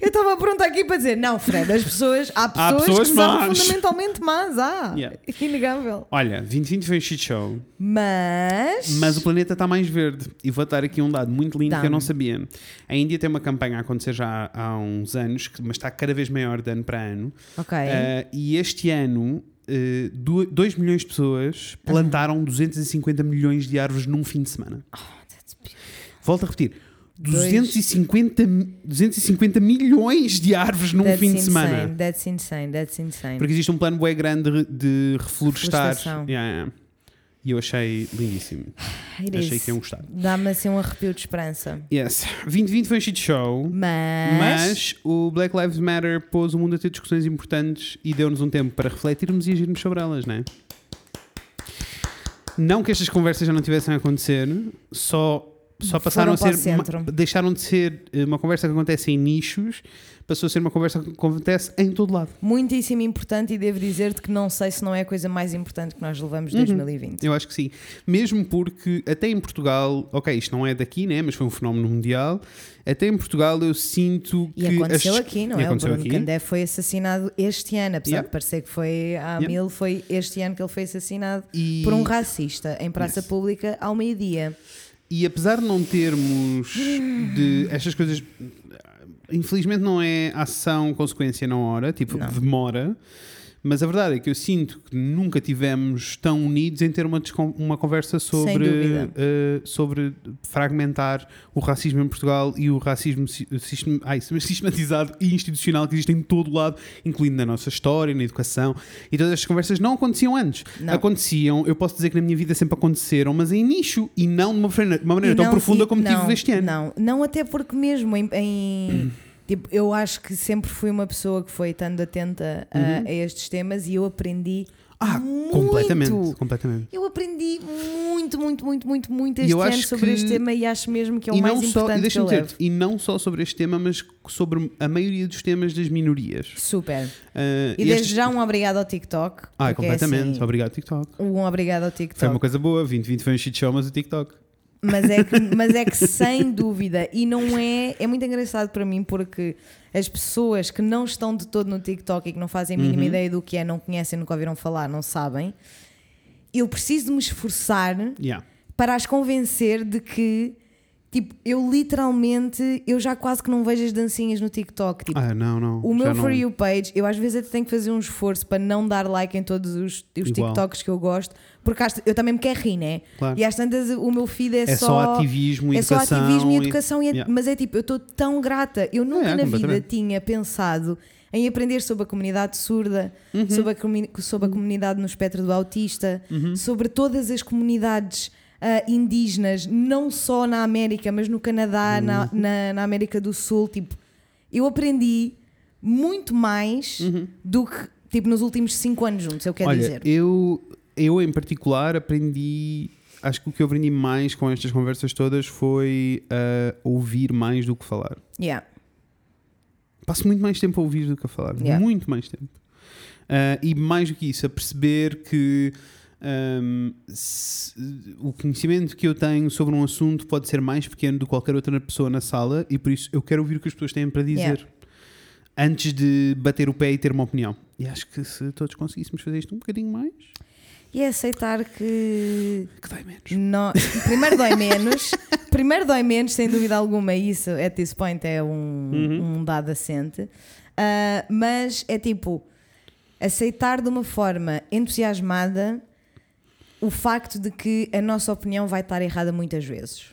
S2: Eu estava pronta aqui para dizer, não, Fred, as pessoas, há pessoas,
S1: pessoas
S2: que são
S1: más.
S2: fundamentalmente más, há. É
S1: Yeah.
S2: Inegável.
S1: Olha, 2020 foi um shit show.
S2: Mas.
S1: Mas o planeta está mais verde. E vou dar aqui um dado muito lindo que eu
S2: Dá-me.
S1: não sabia. A Índia tem uma campanha a acontecer já há, há uns anos, que- mas está cada vez maior de ano para ano.
S2: Ok.
S1: Eh, e este ano, 2 milhões de pessoas plantaram 250 milhões de árvores num fim de semana.
S2: Oh, that's beautiful.
S1: Volto a repetir.
S2: Dois.
S1: 250, mi- 250 milhões de árvores num
S2: That's
S1: fim de
S2: insane,
S1: semana.
S2: That's insane, that's insane.
S1: Porque existe um plano bem grande de re- de reflorestar.
S2: Reflorestação.
S1: Yeah, yeah. E eu achei lindíssimo.
S2: It
S1: achei
S2: is.
S1: que iam gostar.
S2: Dá-me assim um arrepio de esperança.
S1: Yes. 2020 foi um shit show.
S2: Mas.
S1: Mas o Black Lives Matter pôs o mundo a ter discussões importantes e deu-nos um tempo para refletirmos e agirmos sobre elas, não é? Não que estas conversas já não tivessem a acontecer, só, só passaram a
S2: Foram
S1: ser.
S2: para o centro.
S1: uma- deixaram de ser eh, uma conversa que acontece em nichos, passou a ser uma conversa que acontece em todo lado.
S2: Muitíssimo importante e devo dizer-te que não sei se não é a coisa mais importante que nós levamos
S1: Uhum.
S2: de 2020.
S1: Eu acho que sim. Mesmo porque até em Portugal, ok, isto não é daqui, né? Mas foi um fenómeno mundial. Até em Portugal eu sinto que.
S2: E aconteceu
S1: as-
S2: aqui, não
S1: E
S2: é? O
S1: aconteceu
S2: Bruno
S1: aqui.
S2: Candé foi assassinado este ano, apesar
S1: Yeah.
S2: de parecer que foi há
S1: Yeah.
S2: mil, foi este ano que ele foi assassinado
S1: E-
S2: por um racista em praça
S1: Yes.
S2: pública ao meio-dia.
S1: E apesar de não termos de estas coisas, infelizmente não é ação, consequência na hora, tipo, demora. Mas a verdade é que eu sinto que nunca tivemos tão unidos em ter uma, descon- uma conversa sobre,
S2: dúvida.
S1: eh, sobre fragmentar o racismo em Portugal e o racismo si- sistem- ai, sistematizado e institucional que existe em todo lado, incluindo na nossa história, na educação. E todas estas conversas não aconteciam antes.
S2: Não.
S1: Aconteciam, eu posso dizer que na minha vida sempre aconteceram, mas em nicho e não de uma, frena- de uma maneira
S2: E
S1: tão
S2: não-
S1: profunda
S2: e-
S1: como
S2: não,
S1: tive este ano.
S2: Não, não até porque mesmo em. em- tipo, eu acho que sempre fui uma pessoa que foi tanto atenta a, a estes temas e eu aprendi.
S1: Uhum. Ah,
S2: muito.
S1: completamente, completamente.
S2: Eu aprendi muito, muito, muito, muito, muito
S1: E
S2: este
S1: eu
S2: ano
S1: acho
S2: sobre
S1: que-
S2: este tema e acho mesmo que é o
S1: e
S2: mais
S1: não só, e
S2: importante que eu
S1: deixa-me
S2: levo.
S1: dizer, e não só sobre este tema, mas sobre a maioria dos temas das minorias.
S2: Super.
S1: Ah,
S2: E
S1: estes-
S2: desde já um obrigado ao TikTok.
S1: Ah,
S2: porque é
S1: completamente.
S2: assim,
S1: Obrigado, TikTok.
S2: um obrigado ao
S1: Foi
S2: TikTok.
S1: uma coisa boa. 2020 foi um shit show, mas o TikTok.
S2: Mas é, que, mas é que sem dúvida, e não é. É muito engraçado para mim porque as pessoas que não estão de todo no TikTok e que não fazem a mínima
S1: Uhum.
S2: ideia do que é, não conhecem, nunca ouviram falar, não sabem, eu preciso de me esforçar
S1: Yeah.
S2: para as convencer de que, tipo, eu literalmente, eu já quase que não vejo as dancinhas no TikTok. Tipo,
S1: Ah, não, não.
S2: O
S1: já
S2: meu
S1: não.
S2: For You page, eu às vezes até tenho que fazer um esforço para não dar like em todos os, os
S1: Igual.
S2: TikToks que eu gosto, porque às- eu também me quero rir, né?
S1: Claro.
S2: E às tantas o meu feed é,
S1: É só ativismo,
S2: é
S1: educação
S2: só ativismo e
S1: e-
S2: educação, e é-
S1: Yeah.
S2: mas é tipo, eu estou tão grata. Eu nunca
S1: É,
S2: na vida
S1: completamente.
S2: tinha pensado em aprender sobre a comunidade surda,
S1: Uhum.
S2: sobre, a comuni- sobre a comunidade no espectro do autista,
S1: Uhum.
S2: sobre todas as comunidades. ah, indígenas, não só na América, mas no Canadá,
S1: Uhum.
S2: na, na- na América do Sul, tipo, eu aprendi muito mais do que tipo nos últimos cinco anos juntos, eu quero
S1: Uhum. Olha,
S2: dizer.
S1: Eu, eu em particular aprendi. Acho que o que eu aprendi mais com estas conversas todas foi a ouvir mais do que falar.
S2: Yeah.
S1: Passo muito mais tempo a ouvir do que a falar.
S2: Yeah.
S1: Muito mais tempo. Ah, e mais do que isso, a perceber que ahm, se- o conhecimento que eu tenho sobre um assunto pode ser mais pequeno do que qualquer outra pessoa na sala e por isso eu quero ouvir o que as pessoas têm para dizer.
S2: Yeah.
S1: Antes de bater o pé e ter uma opinião. E acho que se todos conseguíssemos fazer isto um bocadinho mais,
S2: E é aceitar que
S1: que dói menos.
S2: nó- primeiro dói menos, primeiro dói menos, sem dúvida alguma, e isso at this point é um,
S1: Uhum.
S2: um dado assente. Ah, mas é tipo aceitar de uma forma entusiasmada o facto de que a nossa opinião vai estar errada muitas vezes.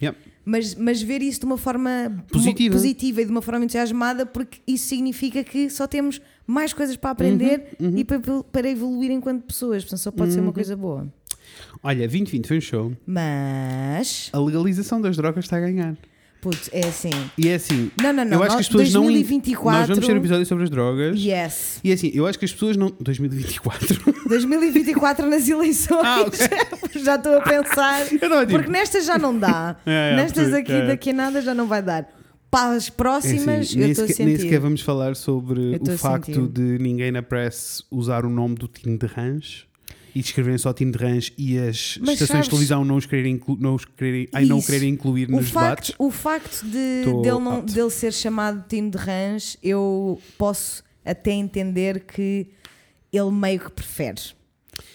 S1: Yeah.
S2: Mas, mas ver isso de uma forma
S1: Positiva.
S2: mo- positiva e de uma forma entusiasmada, porque isso significa que só temos mais coisas para aprender
S1: Uhum,
S2: e para, para evoluir enquanto pessoas. Portanto, só pode ser uma coisa boa.
S1: Olha, 2020 foi um show.
S2: Mas,
S1: A legalização das drogas está a ganhar.
S2: putz, é assim.
S1: E é assim.
S2: Não, não, não,
S1: Eu acho que
S2: nós-
S1: as pessoas não.
S2: 2024
S1: Nós vamos ter um episódio sobre as drogas.
S2: Yes.
S1: E é assim, eu acho que as pessoas não. 2024.
S2: 2024 nas eleições.
S1: Ah, ok.
S2: já estou a pensar.
S1: Eu não digo.
S2: Porque nestas já não dá.
S1: É, é,
S2: nestas
S1: percebi,
S2: aqui,
S1: é.
S2: daqui a nada, já não vai dar. Para as
S1: É
S2: próximas,
S1: assim,
S2: eu
S1: nem
S2: estou a
S1: sequer- nem sequer
S2: sentir.
S1: vamos falar sobre
S2: Eu estou
S1: o
S2: a
S1: facto
S2: sentir.
S1: de ninguém na press usar o nome do time de ranch e escreverem só time de ranch e as
S2: Mas
S1: estações
S2: sabes-
S1: de televisão não os quererem, inclu- não os quererem, ai, não o
S2: Isso.
S1: quererem incluir
S2: O
S1: nos
S2: facto,
S1: debates.
S2: o facto de
S1: Tô
S2: dele, não-
S1: out.
S2: dele ser chamado Tino de Range, eu posso até entender que ele meio que prefere.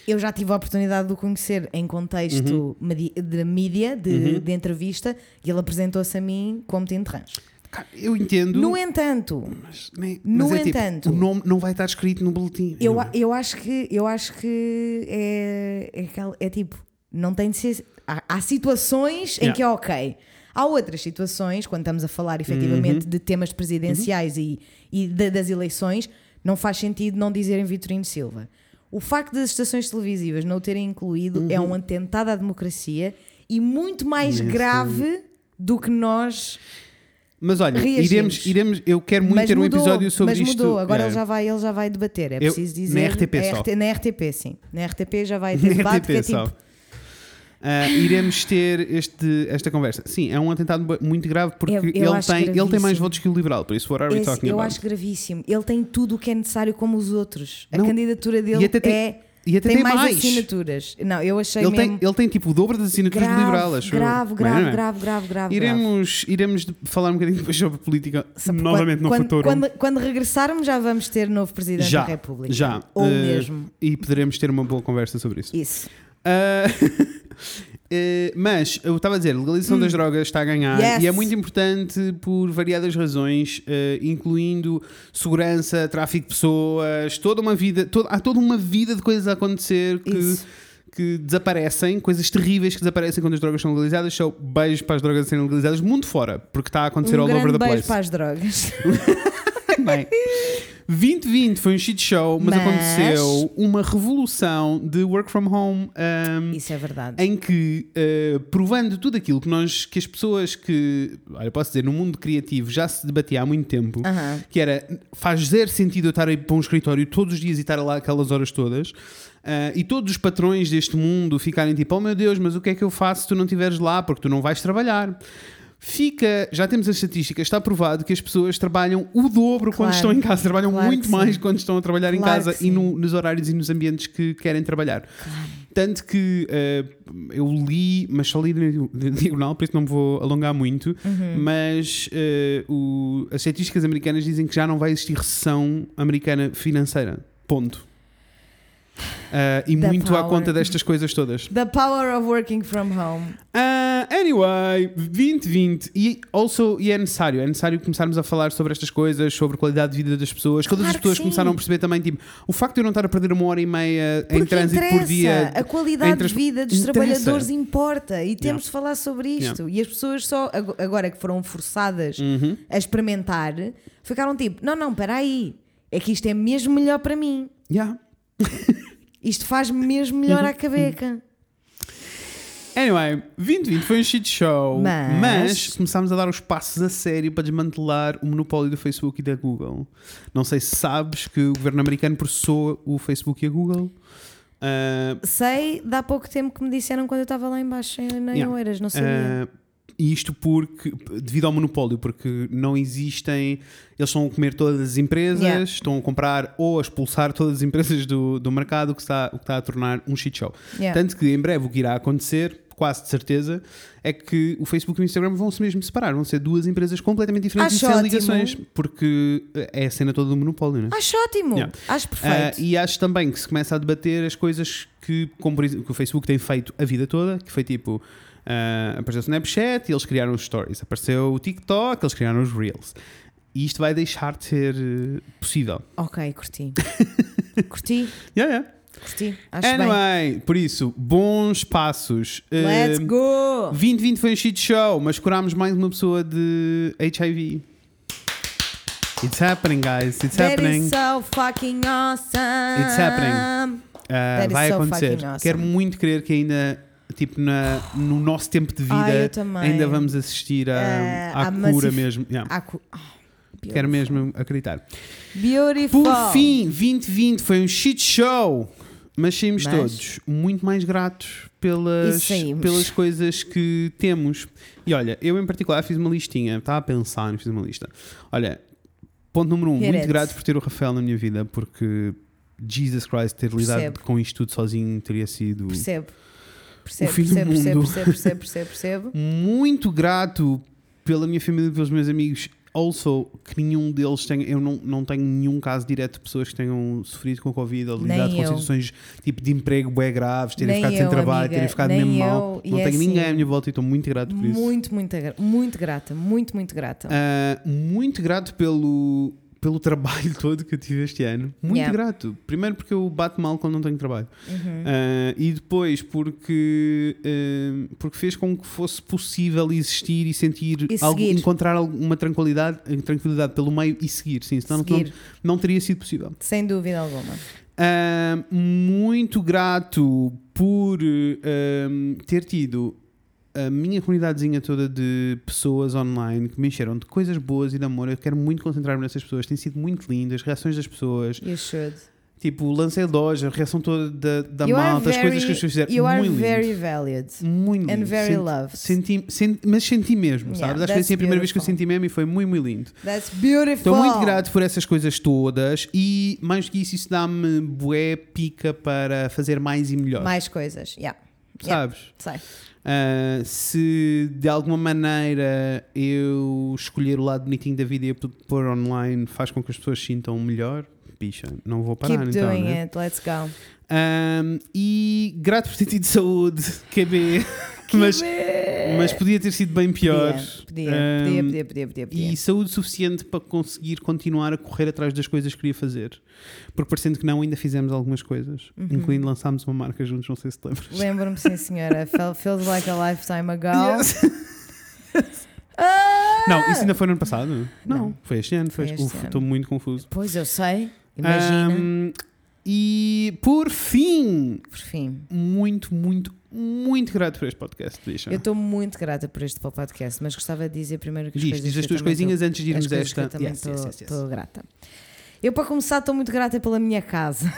S2: Eu já tive a oportunidade de o conhecer em
S1: Uhum.
S2: contexto medi- de mídia, de, de entrevista, e ele apresentou-se a mim como Tino de Range.
S1: Cara, Eu entendo,
S2: No entanto,
S1: mas, nem-
S2: no
S1: mas é tipo,
S2: entanto-
S1: o nome não vai estar escrito no boletim.
S2: eu,
S1: Não.
S2: a- eu acho que, eu acho que é, é, aquela- é tipo, não tem de ser. Há, há situações em
S1: Yeah.
S2: que é ok. Há outras situações, quando estamos a falar efetivamente de temas presidenciais e, e da- das eleições, não faz sentido não dizerem Vitorino Silva. O facto das estações televisivas não o terem incluído é um atentado à democracia e muito mais
S1: Nesse-
S2: grave do que nós.
S1: Mas olha,
S2: Reagimos.
S1: iremos, iremos, eu quero muito
S2: mas
S1: ter um
S2: mudou,
S1: episódio sobre
S2: mas
S1: isto.
S2: mudou, agora
S1: É.
S2: ele, já vai, ele já vai debater, é
S1: Eu-
S2: preciso
S1: na
S2: dizer.
S1: RTP
S2: a
S1: só.
S2: RT na RTP, sim. Na RTP já vai ter
S1: Na
S2: debate, que é
S1: RTP só.
S2: tipo.
S1: Ah, iremos ter este, esta conversa. Sim, é um atentado bu- muito grave porque
S2: Eu- eu
S1: ele,
S2: acho
S1: tem, ele tem mais
S2: gravíssimo.
S1: votos que o liberal, por isso what are we
S2: esse-
S1: talking
S2: eu
S1: about?
S2: acho gravíssimo. Ele tem tudo o que é necessário, como os outros. A
S1: Não,
S2: candidatura dele
S1: e até tem-
S2: é.
S1: e até
S2: tem,
S1: tem
S2: mais,
S1: mais.
S2: assinaturas. Não, eu achei
S1: Ele tem,
S2: mesmo.
S1: ele tem tipo o dobro das assinaturas
S2: grave,
S1: do liberal, acho eu.
S2: grave, grave,
S1: Bem, não é?
S2: grave, grave, grave, grave.
S1: Iremos, iremos de- falar um bocadinho depois sobre política
S2: Sabe,
S1: novamente no
S2: quando,
S1: futuro.
S2: Quando, quando regressarmos, já vamos ter novo Presidente
S1: já,
S2: da República.
S1: já.
S2: Ou
S1: Eh,
S2: mesmo.
S1: E poderemos ter uma boa conversa sobre isso.
S2: Isso.
S1: Ah, eh, mas eu estava a dizer, a legalização das drogas está a ganhar
S2: Hum. Yes.
S1: e é muito importante por variadas razões, eh, incluindo segurança, tráfico de pessoas, toda uma vida, toda- há toda uma vida de coisas a acontecer que,
S2: Isso.
S1: que desaparecem, coisas terríveis que desaparecem quando as drogas são legalizadas. São beijos para as drogas serem legalizadas, mundo fora, porque está a acontecer
S2: Um
S1: all over
S2: grande
S1: the
S2: beijo
S1: place.
S2: para as drogas.
S1: Bem, 2020 foi um shit show, mas,
S2: Mas-
S1: aconteceu uma revolução de work from home. ahm,
S2: Isso é verdade.
S1: em que eh, provando tudo aquilo que nós que as pessoas que olha, eu posso dizer no mundo criativo já se debatia há muito tempo
S2: Aham.
S1: que era faz zero sentido eu estar a ir para um escritório todos os dias e estar lá aquelas horas todas ah, e todos os patrões deste mundo ficarem tipo oh meu Deus mas o que é que eu faço se tu não estiveres lá porque tu não vais trabalhar Fica, já temos as estatísticas, está provado que as pessoas trabalham o dobro
S2: Claro.
S1: quando estão em casa, trabalham
S2: Claro
S1: muito
S2: que sim.
S1: mais quando estão a trabalhar em
S2: Claro
S1: casa
S2: que
S1: e
S2: sim.
S1: no, nos horários e nos ambientes que querem trabalhar. Tanto que eh, eu li, mas só li na di- diagonal, por isso não me vou alongar muito,
S2: Uhum. Hum.
S1: mas eh, o- as estatísticas americanas dizem que já não vai existir recessão americana financeira. Ponto. Ah, e
S2: Da
S1: muito à
S2: power.
S1: conta destas coisas todas.
S2: The power of working from home.
S1: Ah, anyway, 2020. E, also, e é necessário, é necessário começarmos a falar sobre estas coisas, sobre qualidade de vida das pessoas. Todas
S2: Claro
S1: as
S2: que
S1: pessoas
S2: sim.
S1: começaram a perceber também, tipo, o facto de eu não estar a perder uma hora e meia em
S2: Porque
S1: trânsito
S2: interessa,
S1: por dia.
S2: a qualidade
S1: em trans-
S2: de vida dos
S1: Interessa.
S2: trabalhadores importa e temos de falar sobre isto. E as pessoas só, ag- agora que foram forçadas
S1: Uhum.
S2: a experimentar, ficaram tipo, não, não, espera aí, é que isto é mesmo melhor para mim.
S1: Yeah.
S2: Isto faz-me mesmo melhor
S1: Uhum.
S2: à cabeça.
S1: Anyway, 2020 foi um shit show,
S2: Mas-
S1: mas... começámos a dar os passos a sério para desmantelar o monopólio do Facebook e da Google. Não sei se sabes que o governo americano processou o Facebook e a Google. Ah,
S2: Sei, dá pouco tempo que me disseram quando eu estava lá embaixo em em
S1: Yeah.
S2: Oeiras, não sabia.
S1: Ah, E isto porque, devido ao monopólio, porque não existem. Eles estão a comer todas as empresas,
S2: Yeah.
S1: estão a comprar ou a expulsar todas as empresas do, do mercado, o que está, o que está a tornar um shit show.
S2: Yeah.
S1: Tanto que em breve o que irá acontecer, quase de certeza, é que o Facebook e o Instagram vão se mesmo separar, vão ser duas empresas completamente diferentes
S2: Acho
S1: e sem
S2: ótimo.
S1: ligações, porque é a cena toda do monopólio, né?
S2: Acho ótimo,
S1: Yeah.
S2: acho
S1: Ah,
S2: perfeito.
S1: e acho também que se começa a debater as coisas que, como por exemplo, que o Facebook tem feito a vida toda, que foi tipo. ah, apareceu o Snapchat e eles criaram os stories. Apareceu o TikTok, eles criaram os Reels. E isto vai deixar de ser eh, ah, possível.
S2: Ok, curti. curti.
S1: Yeah, yeah.
S2: Curti, acho
S1: É,
S2: bem.
S1: Anyway, por isso, bons passos.
S2: Let's
S1: Um,
S2: go!
S1: 2020 foi um shit show, mas curámos mais uma pessoa de HIV. It's happening, guys. It's
S2: That
S1: happening.
S2: is so fucking awesome!
S1: It's happening. Ah,
S2: that is
S1: vai
S2: so
S1: acontecer.
S2: fucking awesome.
S1: Quero muito crer que ainda, tipo, na, no nosso tempo de vida,
S2: Ah, eu também.
S1: ainda vamos assistir à,
S2: Eh,
S1: à
S2: à
S1: cura
S2: massif-
S1: mesmo. Yeah.
S2: Ah, cu- ah, beautiful.
S1: Quero mesmo acreditar.
S2: Beautiful!
S1: Por fim, 2020 foi um shit show, mas saímos
S2: Mas-
S1: todos muito mais gratos
S2: E
S1: pelas,
S2: saímos.
S1: pelas coisas que temos. E olha, eu em particular fiz uma listinha, estava a pensar, fiz uma lista. Olha, ponto número um,
S2: Hit
S1: muito
S2: it.
S1: grato por ter o Rafael na minha vida, porque Jesus Christ, ter lidado
S2: Percebo.
S1: com isto tudo sozinho teria sido.
S2: Percebo. Percebo,
S1: fim do
S2: percebo, percebo,
S1: mundo.
S2: percebo, percebo, percebo, percebo.
S1: Muito grato pela minha família e pelos meus amigos. Also, que nenhum deles tenha. Eu não, não tenho nenhum caso direto de pessoas que tenham sofrido com Covid ou
S2: Nem
S1: lidado com
S2: eu.
S1: situações tipo de emprego bem graves, terem
S2: Nem
S1: ficado sem
S2: eu,
S1: trabalho,
S2: amiga,
S1: terem ficado
S2: nem
S1: mesmo
S2: eu,
S1: mal.
S2: e
S1: Não
S2: é
S1: tenho ninguém
S2: assim,
S1: à minha volta e estou muito grato por isso.
S2: Muito, muito, gra- muito grata, muito, muito grata.
S1: Ah, muito grato pelo, pelo trabalho todo que eu tive este ano. Muito
S2: Yeah.
S1: grato. Primeiro porque eu bato mal quando não tenho trabalho.
S2: Uhum.
S1: Ah, e depois porque, ah, porque fez com que fosse possível existir e sentir
S2: E
S1: algo-
S2: seguir.
S1: encontrar alguma tranquilidade, tranquilidade pelo meio e seguir. Sim, senão não,
S2: Seguir.
S1: não teria sido possível.
S2: Sem dúvida alguma.
S1: Ahm, muito grato por ahm, ter tido a minha comunidadezinha toda de pessoas online que me encheram de coisas boas e de amor. Eu quero muito concentrar-me nessas pessoas. Têm sido muito lindas, reações das pessoas.
S2: You should.
S1: Tipo, lancei a loja, a reação toda da, da
S2: you are
S1: malta, as coisas que
S2: very-
S1: as pessoas fizeram.
S2: You are
S1: muito
S2: very
S1: lindo.
S2: valued.
S1: Muito
S2: and
S1: lindo.
S2: very
S1: Senti-
S2: loved.
S1: senti- senti- mas senti mesmo,
S2: Yeah,
S1: sabes? Acho que foi
S2: that's
S1: assim a primeira vez que eu
S2: beautiful.
S1: senti mesmo e foi muito, muito lindo.
S2: That's beautiful.
S1: Estou muito grato por essas coisas todas e mais do que isso, isso dá-me bué pica para fazer mais e melhor,
S2: Mais coisas. Yeah. Yeah.
S1: sabes?
S2: Sei.
S1: Ah, se de alguma maneira eu escolher o lado bonitinho da vida e p- pôr online faz com que as pessoas se sintam melhor, bicha, não vou parar
S2: Keep
S1: então,
S2: doing
S1: né?
S2: it. Let's go.
S1: Ah, e grato por ter tido saúde, KB, mas, mas podia ter sido bem pior.
S2: Podia, podia,
S1: Ah,
S2: podia, podia, podia, podia, podia.
S1: e saúde suficiente para conseguir continuar a correr atrás das coisas que queria fazer. Porque parecendo que não, ainda fizemos algumas coisas,
S2: Uhum.
S1: incluindo lançámos uma marca juntos, não sei se te lembras.
S2: Lembro-me, sim, senhora. Fel- Feels like a lifetime ago.
S1: Yes.
S2: Ah!
S1: Não, isso ainda foi no ano passado? Não,
S2: Não.
S1: foi este ano. Foi
S2: Foi
S1: este
S2: este
S1: Uf,
S2: ano.
S1: estou muito confuso.
S2: Pois eu sei. Imagina.
S1: Ahm, e por fim,
S2: Por fim.
S1: muito, muito, muito grato por este podcast, bicha.
S2: Eu estou muito grata por este podcast, mas gostava de dizer primeiro que as
S1: Diz,
S2: coisas
S1: diz
S2: que
S1: as
S2: eu
S1: tuas
S2: também
S1: coisinhas
S2: tô-
S1: antes de irmos
S2: as
S1: a
S2: coisas que
S1: esta.
S2: eu também
S1: Yes,
S2: estou
S1: yes, yes, yes.
S2: grata. Eu, para começar, estou muito grata pela minha casa.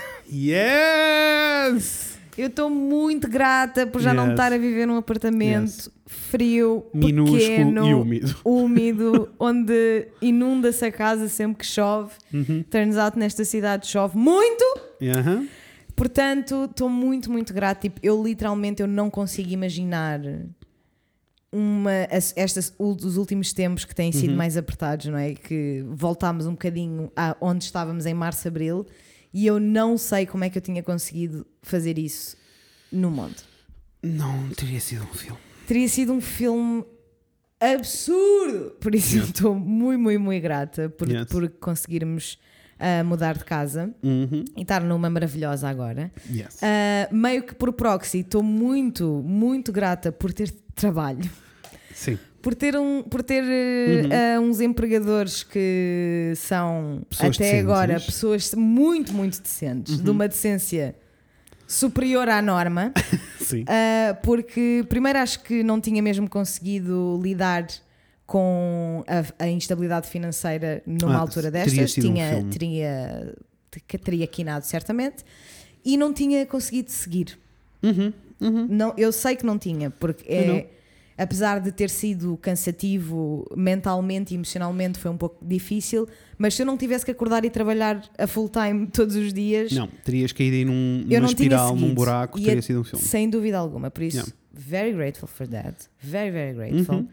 S1: Yes!
S2: Eu estou muito grata por já não
S1: Yes.
S2: estar a viver num apartamento
S1: Yes.
S2: frio,
S1: Minúsculo
S2: pequeno,
S1: e úmido.
S2: úmido, onde inunda-se a casa sempre que chove.
S1: Uhum.
S2: Turns out, nesta cidade chove muito.
S1: Aham.
S2: Portanto, estou muito, muito grata. Tipo, eu literalmente eu não consigo imaginar uma, as- estas, os últimos tempos que têm sido
S1: Uhum.
S2: mais apertados, não é? Que voltámos um bocadinho a onde estávamos em março, abril e eu não sei como é que eu tinha conseguido fazer isso no mundo.
S1: Não teria sido um filme.
S2: Teria sido um filme absurdo! Por isso eu estou muito, muito, muito grata por,
S1: Yes.
S2: por conseguirmos ah, mudar de casa
S1: Uhum.
S2: e estar numa maravilhosa agora.
S1: Yes.
S2: Uh, meio que por proxy, estou muito, muito grata por ter trabalho,
S1: Sim.
S2: por ter, um, por ter
S1: Uhum.
S2: uh, uh, uns empregadores que são
S1: Pessoas
S2: até
S1: decentes. Uhum.
S2: agora pessoas muito, muito decentes, de uma decência superior à norma,
S1: Sim.
S2: uh, porque primeiro acho que não tinha mesmo conseguido lidar com a, a instabilidade financeira numa
S1: Ah,
S2: altura
S1: teria
S2: destas,
S1: sido um
S2: tinha,
S1: filme.
S2: teria, que teria quinado certamente, e não tinha conseguido seguir. Uhum, Não, eu sei que não tinha, porque é-
S1: Uhum. Eu não.
S2: apesar de ter sido cansativo mentalmente e emocionalmente, foi um pouco difícil. Mas se eu não tivesse que acordar e trabalhar a full time todos os dias,
S1: Não, terias caído aí num,
S2: eu
S1: numa
S2: não tinha
S1: espiral,
S2: seguido.
S1: num um buraco,
S2: E
S1: teria
S2: a-
S1: sido um filme.
S2: Sem dúvida alguma. Por isso,
S1: Yeah.
S2: very grateful for that. Very, very grateful.
S1: Uhum.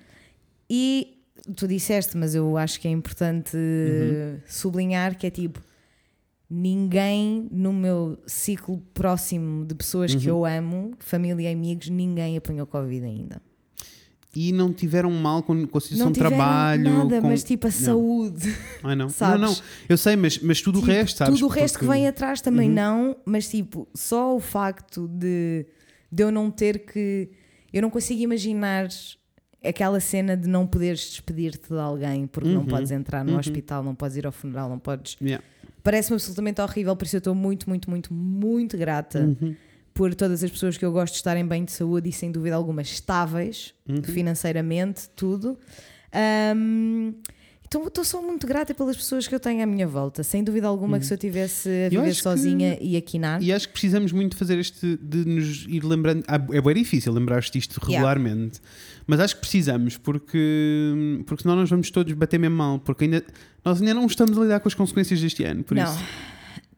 S2: E tu disseste, mas eu acho que é importante
S1: Uhum.
S2: sublinhar que é tipo. Ninguém no meu ciclo
S1: Uhum.
S2: próximo de pessoas que eu amo, família e amigos, ninguém apanhou Covid ainda.
S1: e não tiveram mal com conciliação
S2: não
S1: de
S2: tiveram
S1: é um trabalho.
S2: nada,
S1: com...
S2: mas tipo a
S1: Não.
S2: saúde.
S1: Ai, não. não,
S2: sabes?
S1: não, eu sei, mas, mas tudo
S2: Tipo,
S1: o resto, sabes?
S2: Tudo o resto que
S1: Porque- Uhum.
S2: vem atrás também não, mas tipo, só o facto de, de eu não ter que. Eu não consigo imaginar aquela cena de não poderes despedir-te de alguém porque
S1: Uhum.
S2: não podes entrar no hospital, não podes ir ao funeral, não podes.
S1: Yeah.
S2: Parece-me absolutamente horrível, por isso eu estou muito, muito, muito, muito grata
S1: Uhum.
S2: por todas as pessoas que eu gosto de estarem bem de saúde e sem dúvida alguma estáveis
S1: Uhum.
S2: financeiramente, tudo. Ahm, então estou só muito grata pelas pessoas que eu tenho à minha volta. Sem dúvida alguma que se eu tivesse a viver
S1: Uhum. acho que-
S2: sozinha e a quinar.
S1: E acho que precisamos muito fazer este de nos ir lembrando. Ah, É bem difícil lembrar-te disto
S2: Yeah.
S1: regularmente, mas acho que precisamos porque, porque senão nós vamos todos bater mesmo mal, porque ainda, nós ainda não estamos a lidar com as consequências deste ano. Por
S2: Não.
S1: isso,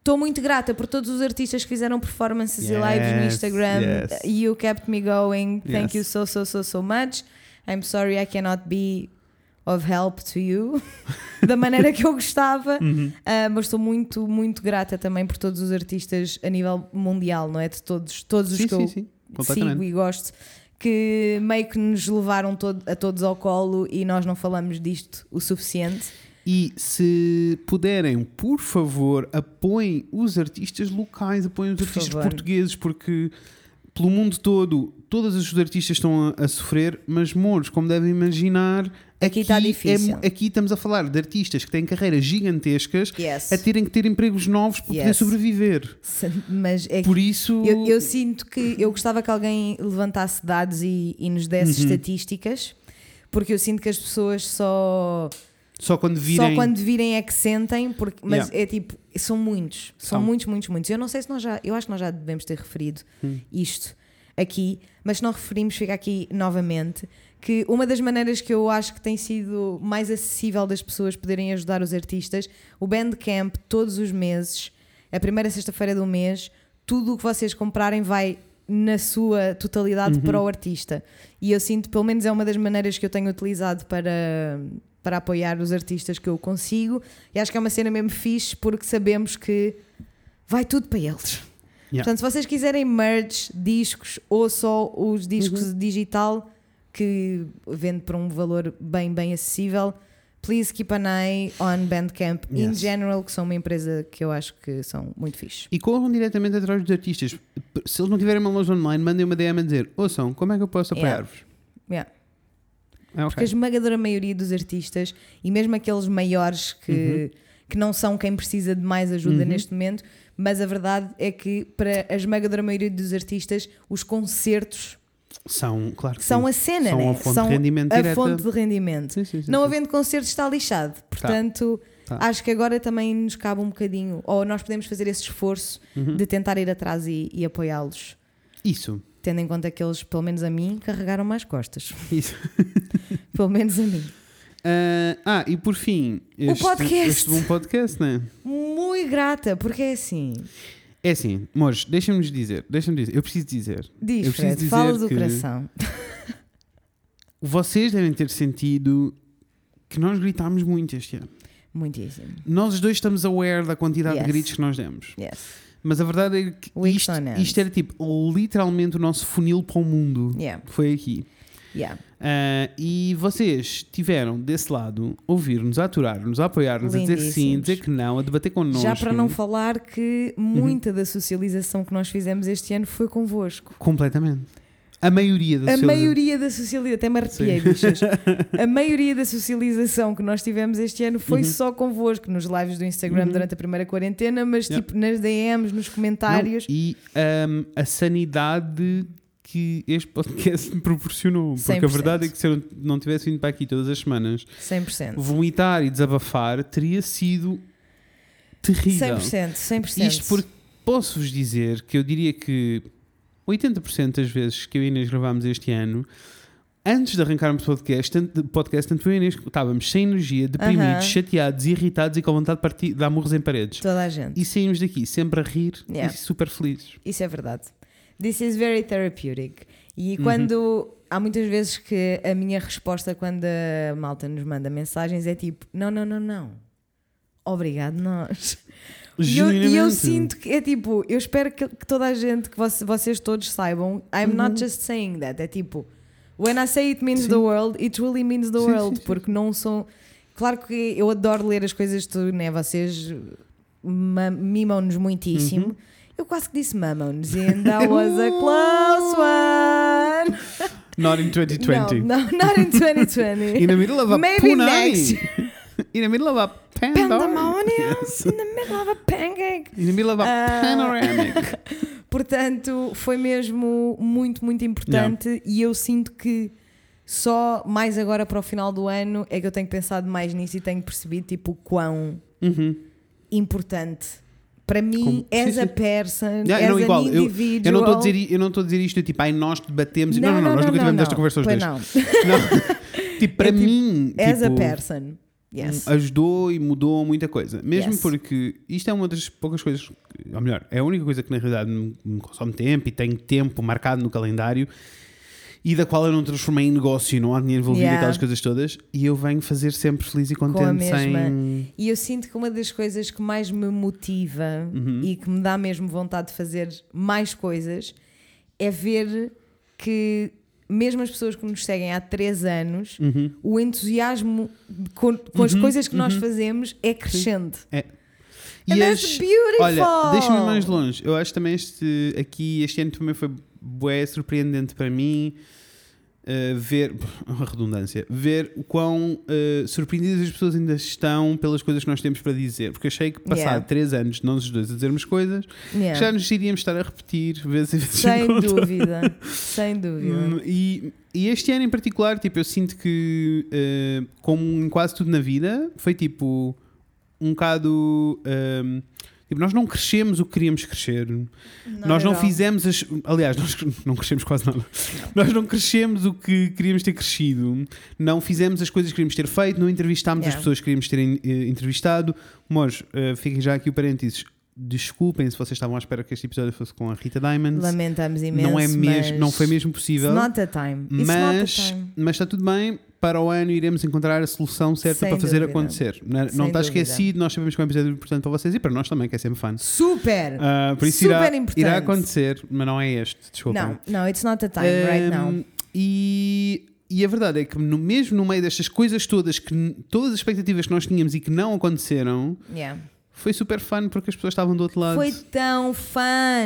S2: Estou muito grata por todos os artistas que fizeram performances e lives no
S1: Yes,
S2: Instagram.
S1: yes.
S2: You kept me going.
S1: Yes.
S2: Thank you so, so, so, so much. I'm sorry I cannot be of help to you da maneira que eu gostava.
S1: Uhum.
S2: Ah, mas estou muito, muito grata também por todos os artistas a nível mundial, não é? De todos, todos os
S1: sim,
S2: que
S1: sim,
S2: eu
S1: sim,
S2: sigo
S1: completamente.
S2: e gosto, que meio que nos levaram todo- a todos ao colo e nós não falamos disto o suficiente.
S1: E se puderem, por favor, apoiem os artistas locais, apoiem os
S2: Por
S1: artistas
S2: favor.
S1: portugueses, porque pelo mundo todo, todos os artistas estão a, a sofrer, mas mouros, como devem imaginar,
S2: Aqui está
S1: é-
S2: difícil.
S1: aqui estamos a falar de artistas que têm carreiras gigantescas
S2: Yes.
S1: a terem que ter empregos novos para poder
S2: Yes.
S1: sobreviver.
S2: Se- Mas é
S1: Por isso,
S2: Eu, eu sinto que eu gostava que alguém levantasse dados e, e nos desse
S1: Uhum.
S2: estatísticas, porque eu sinto que as pessoas só,
S1: só quando virem.
S2: só quando virem é que sentem, porque, mas
S1: Yeah.
S2: é tipo, são muitos, são
S1: São.
S2: muitos, muitos, muitos. Eu não sei se nós já, eu acho que nós já devemos ter referido
S1: Hum.
S2: isto aqui, mas se não referimos, fica aqui novamente. Que uma das maneiras que eu acho que tem sido mais acessível das pessoas poderem ajudar os artistas, o Bandcamp, todos os meses, a primeira sexta-feira do mês, tudo o que vocês comprarem vai na sua totalidade para
S1: Uhum.
S2: o artista. E eu sinto, pelo menos é uma das maneiras que eu tenho utilizado para, para apoiar os artistas que eu consigo. E acho que é uma cena mesmo fixe porque sabemos que vai tudo para eles.
S1: Yeah.
S2: Portanto, se vocês quiserem merch, discos ou só os discos
S1: Uhum.
S2: digital que vende por um valor bem, bem acessível, please keep an eye on Bandcamp in
S1: Yes.
S2: general, que são uma empresa que eu acho que são muito fixe.
S1: E corram diretamente atrás dos artistas. Se eles não tiverem uma loja online, mandem uma DM a dizer: ouçam, como é que eu posso
S2: Yeah.
S1: apoiar-vos?
S2: Yeah.
S1: É, ok.
S2: Porque a esmagadora maioria dos artistas, e mesmo aqueles maiores
S1: Uhum.
S2: que, que não são quem precisa de mais ajuda neste momento, mas a verdade é que para a esmagadora maioria dos artistas, os concertos
S1: São, claro que
S2: são
S1: sim.
S2: a cena,
S1: São
S2: né?
S1: a fonte de
S2: são
S1: rendimento
S2: a
S1: direta.
S2: fonte de rendimento.
S1: Sim, sim, sim,
S2: não
S1: sim.
S2: havendo concertos está lixado. Portanto,
S1: Tá.
S2: acho que agora também nos cabe um bocadinho, ou nós podemos fazer esse esforço
S1: Uhum.
S2: de tentar ir atrás e, e apoiá-los,
S1: Isso.
S2: tendo em conta que eles, pelo menos a mim, carregaram mais costas.
S1: Isso.
S2: pelo menos a mim.
S1: Ah, ah, e por fim, este,
S2: Um podcast.
S1: este bom podcast, né?
S2: Muito grata, porque é assim.
S1: É assim, Mores, deixa-me dizer, deixa-me dizer, eu preciso dizer.
S2: Diz,
S1: eu preciso
S2: Fred, fala do
S1: que
S2: coração.
S1: Vocês devem ter sentido que nós gritámos muito este ano.
S2: Muitíssimo.
S1: Nós os dois estamos aware da quantidade
S2: Yes.
S1: de gritos que nós demos.
S2: Yes.
S1: Mas a verdade é que
S2: Weeks
S1: isto,
S2: on end.
S1: isto era tipo literalmente o nosso funil para o mundo.
S2: Yeah.
S1: Foi aqui.
S2: Yeah.
S1: Ah, e vocês tiveram desse lado ouvir-nos, a aturar-nos, a apoiar-nos, a dizer sim, a
S2: Lindíssimos.
S1: dizer que não, a debater connosco.
S2: Já para não falar que
S1: Uhum.
S2: muita da socialização que nós fizemos este ano foi convosco.
S1: Completamente. A maioria das
S2: A
S1: pessoas-
S2: maioria da socialização, até me arrepiei, bichas. A maioria da socialização que nós tivemos este ano
S1: Uhum.
S2: foi só convosco, nos lives do Instagram durante a primeira quarentena, mas
S1: Yeah.
S2: tipo nas DMs, nos comentários.
S1: Não, e hum, a sanidade que este podcast me proporcionou. Porque a
S2: 100%.
S1: verdade é que se eu não tivesse vindo para aqui todas as semanas
S2: 100%.
S1: vomitar e desabafar teria sido terrível.
S2: 100%, 100%.
S1: Isto porque posso-vos dizer que eu diria que 80% das vezes que eu e a Inês gravámos este ano, antes de arrancarmos o podcast, tanto, podcast, tanto eu e a Inês estávamos sem energia, deprimidos,
S2: Aham.
S1: chateados, irritados e com vontade de, partir, de amorros em paredes.
S2: Toda a gente.
S1: E saímos daqui sempre a rir
S2: Yeah.
S1: e super felizes.
S2: Isso é verdade. This is very therapeutic. E quando. Há muitas vezes que a minha resposta quando a malta nos manda mensagens é tipo: não, não, não, não. Obrigado, nós. E eu, e eu
S1: Genuinamente.
S2: sinto que é tipo, eu espero que, que toda a gente, que voce- vocês todos saibam, I'm not just saying that. É tipo, When I say it means
S1: Uhum. Sim.
S2: the world, it really means the
S1: Sim,
S2: world,
S1: sim, sim.
S2: porque não são. Claro que eu adoro ler as coisas de tu, né? Vocês ma- mimam-nos muitíssimo.
S1: Uhum.
S2: Eu quase que disse mamam-nos, and that was a close
S1: Uh.
S2: one!
S1: Not in 2020.
S2: No, no, not in
S1: In
S2: 2020.
S1: the middle of a
S2: Maybe
S1: punani.
S2: next.
S1: In the middle of a pandemonium.
S2: Pandemonium in the middle of a pancake!
S1: In the middle of a
S2: Ah.
S1: panoramic.
S2: Portanto, foi mesmo muito, muito importante e eu sinto que só mais agora para o final do ano é que eu tenho pensado mais nisso e tenho percebido tipo o quão
S1: Uhum.
S2: importante para mim,
S1: Com- sim,
S2: as a
S1: sim.
S2: person,
S1: Yeah, não,
S2: as
S1: igual,
S2: an
S1: eu-
S2: individual.
S1: Eu não estou a dizer, i- eu não estou a dizer isto tipo, ai, nós debatemos. Não, não, não, nós nunca tivemos esta conversa os
S2: Pois
S1: dois.
S2: não.
S1: Não. tipo, para
S2: É tipo,
S1: mim,
S2: As a
S1: tipo,
S2: person. Yes.
S1: ajudou e mudou muita coisa. Mesmo
S2: Yes.
S1: porque isto é uma das poucas coisas, que- ou melhor, é a única coisa que na realidade me me consome tempo e tenho tempo marcado no calendário e da qual eu não transformei em negócio, não há dinheiro envolvido,
S2: Yeah.
S1: aquelas coisas todas. E eu venho fazer sempre feliz e
S2: Com a
S1: contente
S2: mesma.
S1: sem.
S2: E eu sinto que uma das coisas que mais me motiva
S1: Uhum.
S2: e que me dá mesmo vontade de fazer mais coisas é ver que mesmo as pessoas que nos seguem há três anos,
S1: Uhum.
S2: o entusiasmo com, com as coisas que nós fazemos é crescente.
S1: É.
S2: And that's beautiful!
S1: Olha, deixa-me ir mais longe. Eu acho também este aqui, este ano também foi bué surpreendente para mim eh, ver, a redundância, ver o quão eh, surpreendidas as pessoas ainda estão pelas coisas que nós temos para dizer. Porque achei que
S2: Yeah.
S1: passado três anos de nós os dois a dizermos coisas,
S2: Yeah.
S1: já nos iríamos estar a repetir vezes e vezes
S2: Sem
S1: enquanto.
S2: dúvida, sem dúvida.
S1: Hum, E, e este ano em particular, tipo, eu sinto que, eh, como em quase tudo na vida, foi tipo um bocado. ehm, tipo, nós não crescemos o que queríamos crescer. nós não é
S2: legal.
S1: fizemos as. Aliás, nós não crescemos quase nada. Nós não crescemos o que queríamos ter crescido. Não fizemos as coisas que queríamos ter feito. Não entrevistámos
S2: Yeah.
S1: as pessoas que queríamos ter eh, entrevistado. Mores, eh, fiquem já aqui o parênteses. Desculpem se vocês estavam à espera que este episódio fosse com a Rita Diamonds.
S2: Lamentamos imenso.
S1: Não, é mesmo,
S2: mas
S1: não foi mesmo possível.
S2: It's not the time. It's not
S1: Mas,
S2: the time.
S1: mas está tudo bem. Para o ano iremos encontrar a solução certa
S2: Sem
S1: para fazer
S2: dúvida.
S1: acontecer. Não, é?
S2: Sem
S1: não está
S2: dúvida.
S1: esquecido, nós sabemos que é um episódio importante para vocês e para nós também, que é sempre fã.
S2: Super!
S1: Ah, por isso
S2: Super
S1: irá,
S2: importante.
S1: irá acontecer, mas não é este, desculpa.
S2: não, não, it's not the time right now.
S1: Ehm, E, e a verdade é que no, mesmo no meio destas coisas todas, que n- todas as expectativas que nós tínhamos e que não aconteceram,
S2: Yeah.
S1: foi super fã porque as pessoas estavam do outro lado.
S2: Foi tão fun!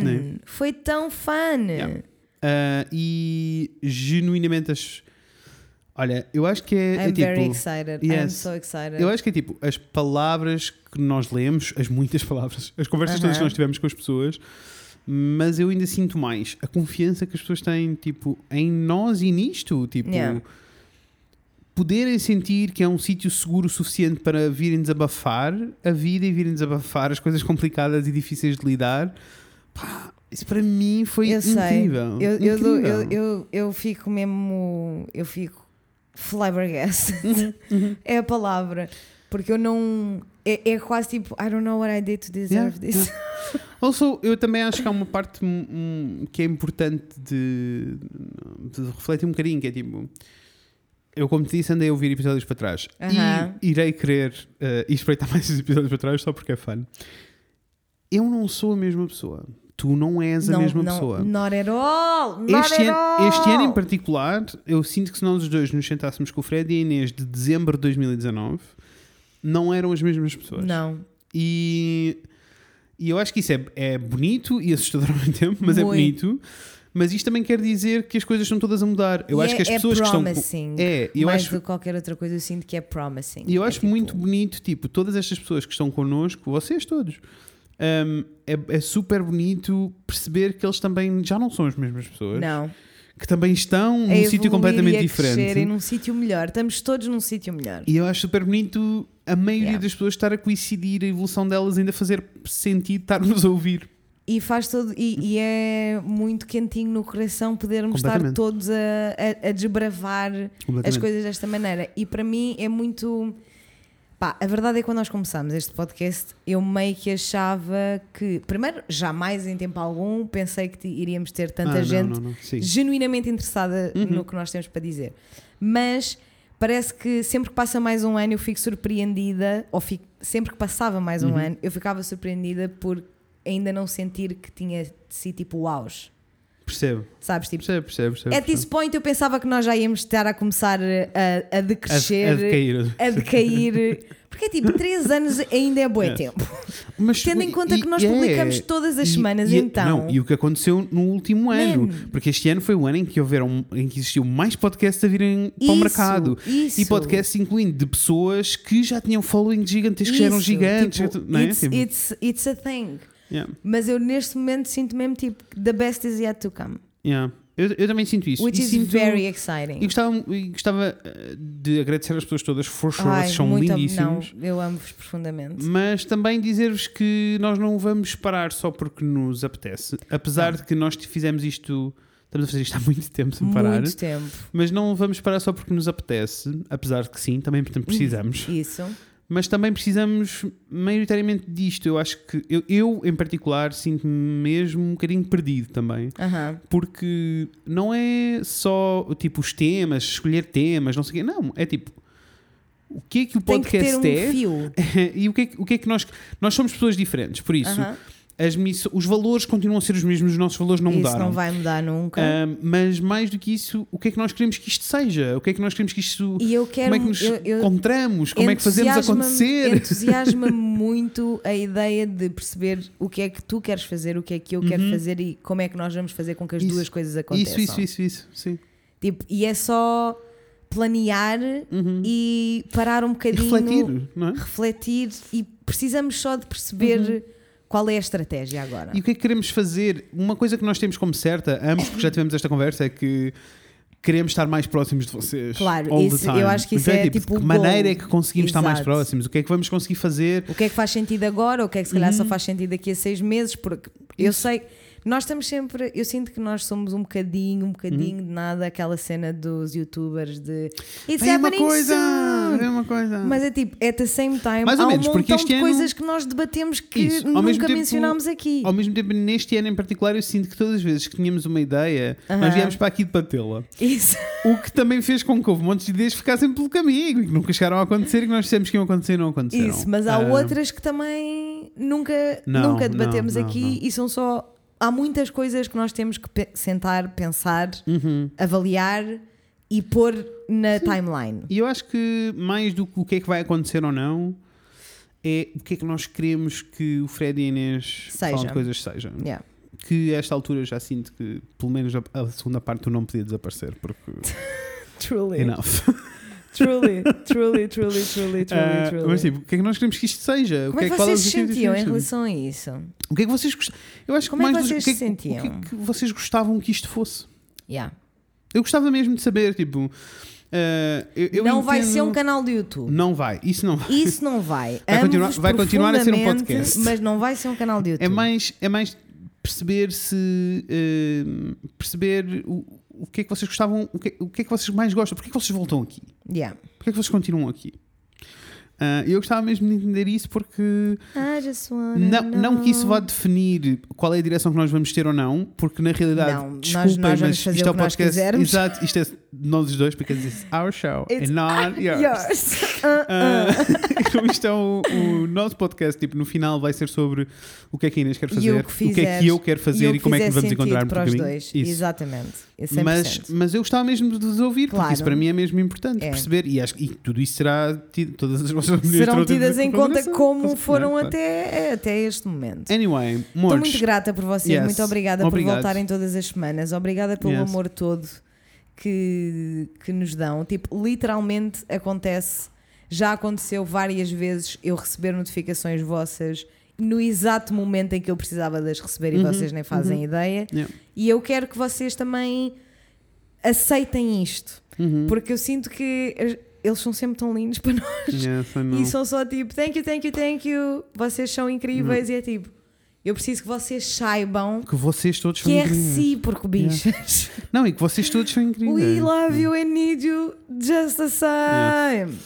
S1: Né?
S2: Foi tão fun!
S1: Yeah. Ah, e genuinamente as. Olha, eu acho que é, é
S2: I'm
S1: tipo.
S2: very excited. I'm
S1: yes.
S2: so excited.
S1: Eu acho que é tipo, as palavras que nós lemos, as muitas palavras, as conversas
S2: Aham.
S1: todas que nós tivemos com as pessoas, mas eu ainda sinto mais a confiança que as pessoas têm, tipo, em nós e nisto, tipo,
S2: Yeah.
S1: poderem sentir que é um sítio seguro o suficiente para virem desabafar a vida e virem desabafar as coisas complicadas e difíceis de lidar. Pá, isso para mim foi
S2: Eu sei.
S1: incrível.
S2: Eu, eu, dou-
S1: incrível.
S2: eu, eu, eu fico mesmo. Eu fico flabbergasted.
S1: Uhum,
S2: É a palavra. Porque eu não. É, é quase tipo, I don't know what I did to deserve
S1: Yeah,
S2: this.
S1: Also, eu também acho que há uma parte hum, hum, que é importante de, de refletir um bocadinho, que é tipo. Eu, como te disse, andei a ouvir episódios para trás.
S2: Aham.
S1: E irei querer eh, e espreitar mais esses episódios para trás só porque é fã. Eu não sou a mesma pessoa. Tu não és a
S2: não,
S1: mesma
S2: não,
S1: pessoa.
S2: Not at all! Not
S1: Este
S2: at
S1: ano,
S2: all.
S1: este ano em particular, eu sinto que se nós os dois nos sentássemos com o Fred e a Inês de dezembro de 2019, não eram as mesmas pessoas.
S2: Não.
S1: E, e eu acho que isso é, é bonito e assustador ao mesmo tempo, mas
S2: Muito.
S1: é bonito. Mas isto também quer dizer que as coisas estão todas a mudar. Eu
S2: E
S1: acho
S2: é,
S1: que as
S2: é
S1: pessoas que estão. com-
S2: promising.
S1: É, eu
S2: mais
S1: acho,
S2: do que qualquer outra coisa, eu sinto que é promising.
S1: e eu
S2: É
S1: acho
S2: tipo,
S1: muito bonito, tipo, todas estas pessoas que estão connosco, vocês todos, hum, é, é super bonito perceber que eles também já não são as mesmas pessoas,
S2: Não.
S1: que também estão
S2: É a
S1: num sítio
S2: evoluir e
S1: completamente
S2: a crescer
S1: diferente.
S2: E num sítio melhor. Estamos todos num sítio melhor.
S1: E eu acho super bonito a maioria
S2: Yeah.
S1: das pessoas estar a coincidir, a evolução delas ainda fazer sentido estarmos a ouvir.
S2: E faz todo. E, e é muito quentinho no coração podermos estar
S1: Completamente.
S2: todos a, a- a desbravar as coisas desta maneira. E para mim é muito. Pá, a verdade é que quando nós começámos este podcast, eu meio que achava que, primeiro, jamais em tempo algum pensei que iríamos ter
S1: Ah,
S2: tanta
S1: não,
S2: gente
S1: não, não. Sim. Uhum.
S2: genuinamente interessada no que nós temos para dizer. Mas parece que sempre que passa mais um ano eu fico surpreendida, ou fico- sempre que passava mais
S1: Uhum.
S2: um ano, eu ficava surpreendida por ainda não sentir que tinha sido tipo o auge.
S1: Percebo.
S2: Sabes? Tipo,
S1: Percebo, percebo, percebo.
S2: At this
S1: percebo.
S2: point eu pensava que nós já íamos estar a começar a, a decrescer,
S1: A- a decair.
S2: a decair. Porque é tipo, 3 anos ainda é bué
S1: É.
S2: tempo.
S1: Mas, é-
S2: Tendo em conta que nós publicamos todas as semanas,
S1: e,
S2: então.
S1: Não, e o que aconteceu no último ano.
S2: Man.
S1: Porque este ano foi o ano em que, houveram, em que existiu mais podcasts a virem para o
S2: Isso,
S1: mercado.
S2: isso.
S1: E podcasts incluindo de pessoas que já tinham following gigantesco, que já eram
S2: Isso,
S1: gigantes.
S2: tipo,
S1: não é?
S2: it's,
S1: Tipo,
S2: it's, it's a thing.
S1: yeah,
S2: Mas eu neste momento sinto mesmo tipo, the best is yet to come.
S1: yeah. Eu, eu também sinto isso.
S2: Which
S1: e
S2: is
S1: sinto,
S2: very
S1: e
S2: exciting.
S1: gostava, e gostava eh, de agradecer às pessoas todas, for sure,
S2: Ai,
S1: vocês são
S2: muito am-
S1: lindíssimos.
S2: Não, eu amo-vos profundamente.
S1: Mas também dizer-vos que nós não vamos parar só porque nos apetece. Apesar
S2: Tá.
S1: de que nós fizemos isto, estamos a fazer isto há muito tempo sem parar.
S2: Muito tempo.
S1: Mas não vamos parar só porque nos apetece. Apesar de que sim, também precisamos.
S2: Isso.
S1: Mas também precisamos maioritariamente disto. Eu acho que eu, eu em particular, sinto-me mesmo um bocadinho perdido também.
S2: Aham.
S1: Porque não é só tipo os temas, escolher temas, não sei o quê. Não, é tipo. O que é que o
S2: Tem que ter
S1: podcast
S2: um
S1: é?
S2: fio.
S1: e o que, é que, o que é que nós. Nós somos pessoas diferentes, por isso
S2: Aham.
S1: as miss- os valores continuam a ser os mesmos, os nossos valores não
S2: Isso
S1: mudaram.
S2: não vai mudar nunca.
S1: Ahm, mas mais do que isso, o que é que nós queremos que isto seja? O que é que nós queremos que isto.
S2: e eu quero.
S1: como é que nos
S2: eu- eu-
S1: encontramos? Como é que fazemos
S2: entusiasma-me-
S1: acontecer?
S2: Entusiasma-me muito a ideia de perceber o que é que tu queres fazer, o que é que eu quero fazer e como é que nós vamos fazer com que as
S1: Uhum. Isso.
S2: duas coisas
S1: Isso,
S2: aconteçam.
S1: isso, isso, isso. Sim.
S2: Tipo, e é só planear e parar um
S1: E
S2: bocadinho,
S1: Uhum. refletir, não é? Uhum.
S2: refletir e precisamos só de perceber qual é a estratégia agora.
S1: E o que é que queremos fazer? Uma coisa que nós temos como certa, ambos, porque já tivemos esta conversa, é que queremos estar mais próximos de vocês.
S2: Claro,
S1: all the
S2: isso-
S1: time.
S2: eu acho que isso
S1: Então
S2: é
S1: tipo,
S2: tipo
S1: de
S2: o
S1: que maneira
S2: goal.
S1: é que conseguimos estar mais
S2: Exato.
S1: próximos? O que é que vamos conseguir fazer?
S2: O que é que faz sentido agora? O que é que se calhar só
S1: Uhum.
S2: faz sentido daqui a seis meses? Porque eu sei, nós estamos sempre, eu sinto que nós somos um bocadinho, um bocadinho
S1: Uhum.
S2: de nada aquela cena dos youtubers de It's
S1: É uma
S2: happening
S1: coisa!
S2: soon!
S1: É uma coisa!
S2: Mas é tipo, at the same time,
S1: Mais ou
S2: há
S1: menos,
S2: um
S1: porque
S2: montão
S1: este
S2: de
S1: ano-
S2: coisas que nós debatemos que
S1: Isso, ao mesmo
S2: nunca
S1: tempo-
S2: mencionámos aqui.
S1: Ao mesmo tempo, neste ano em particular, eu sinto que todas as vezes que tínhamos uma ideia,
S2: Aham.
S1: nós viemos para aqui de patela.
S2: Isso.
S1: O que também fez com que houve montes de ideias que ficassem pelo caminho e que nunca chegaram a acontecer e que nós dissemos que iam acontecer e não aconteceram.
S2: Isso, mas há
S1: Ah,
S2: outras que também nunca,
S1: Não,
S2: nunca debatemos
S1: não, não,
S2: aqui e são só. Há muitas coisas que nós temos que pe- sentar, pensar,
S1: Uhum.
S2: avaliar e pôr na timeline.
S1: E eu acho que mais do que o que é que vai acontecer ou não, é o que é que nós queremos que o Fred e a Inês
S2: Seja.
S1: falam de coisas sejam.
S2: Yeah.
S1: Que a esta altura eu já sinto que, pelo menos a, a segunda parte, tu não podia desaparecer, porque
S2: Truly.
S1: enough.
S2: truly, truly, truly, truly,
S1: Ah, mas tipo, o que é que nós queremos que isto seja?
S2: Como
S1: o que
S2: é que
S1: qual
S2: vocês
S1: o
S2: se
S1: objetivo
S2: sentiam em
S1: disto?
S2: relação a isso?
S1: O que é que vocês gostavam? Eu acho
S2: Como é
S1: que
S2: que
S1: mais do-
S2: vocês
S1: o que é
S2: se
S1: que, o que é
S2: sentiam?
S1: que vocês gostavam que isto fosse?
S2: Yeah.
S1: Eu gostava mesmo de saber, tipo, ah, eu, eu
S2: não vai
S1: entendo-
S2: ser um canal do YouTube.
S1: Não vai, isso não vai.
S2: Isso não vai.
S1: Vai continuar-
S2: Amo-vos
S1: vai continuar a ser um
S2: profundamente,
S1: podcast.
S2: Mas não vai ser um canal do YouTube.
S1: É mais, é mais perceber se ah, perceber o, o que é que vocês gostavam, o que, o que é que vocês mais gostam, porque é que vocês voltam aqui?
S2: Yeah.
S1: Porque é que vocês continuam aqui? Ah, eu gostava mesmo de entender isso porque
S2: I just wanna
S1: não, não que isso
S2: know.
S1: vá definir qual é a direção que nós vamos ter ou não, porque na realidade,
S2: Não, nós-
S1: desculpem,
S2: nós vamos
S1: mas
S2: fazer
S1: isto
S2: o
S1: é o
S2: que nós
S1: podcast.
S2: quisermos.
S1: Exato, isto é de nós os dois, because it's our show
S2: It's
S1: and not yours.
S2: Yours. Ah,
S1: Ah, como isto é o, o nosso podcast, tipo, no final vai ser sobre o que é que a Inês quer
S2: e
S1: fazer,
S2: o que fizer,
S1: é que eu quero fazer e, como é que
S2: fizer
S1: vamos
S2: sentido
S1: encontrar
S2: tipo para
S1: no
S2: os
S1: caminho.
S2: dois.
S1: Isso.
S2: Exatamente. É 100%.
S1: Mas, mas eu gostava mesmo de vos ouvir,
S2: Claro.
S1: porque isso para mim é mesmo importante
S2: É.
S1: perceber. E, acho, que- e tudo isso será tido, todas as vossas opiniões
S2: Serão
S1: serão
S2: tidas em conta
S1: consideração.
S2: como
S1: Claro.
S2: foram até, é, até este momento.
S1: Anyway,
S2: Estou
S1: É amores,
S2: muito grata por vocês,
S1: Yes.
S2: muito obrigada por
S1: Obrigado.
S2: voltarem todas as semanas, obrigada pelo
S1: Yes.
S2: amor todo que, que nos dão. Tipo, literalmente acontece, já aconteceu várias vezes eu receber notificações vossas no exato momento em que eu precisava de as receber
S1: Uhum.
S2: e vocês nem fazem ideia.
S1: Yeah.
S2: E eu quero que vocês também aceitem isto,
S1: Uhum.
S2: porque eu sinto que es- eles são sempre tão lindos para nós.
S1: Yes, I know.
S2: E são só tipo, thank you, thank you, thank you, vocês são incríveis. E é tipo, eu preciso que vocês saibam
S1: Que vocês todos são
S2: que é
S1: incríveis.
S2: recíproco, bichas.
S1: Não, e que vocês todos são
S2: We
S1: incríveis.
S2: love you and need you just the same.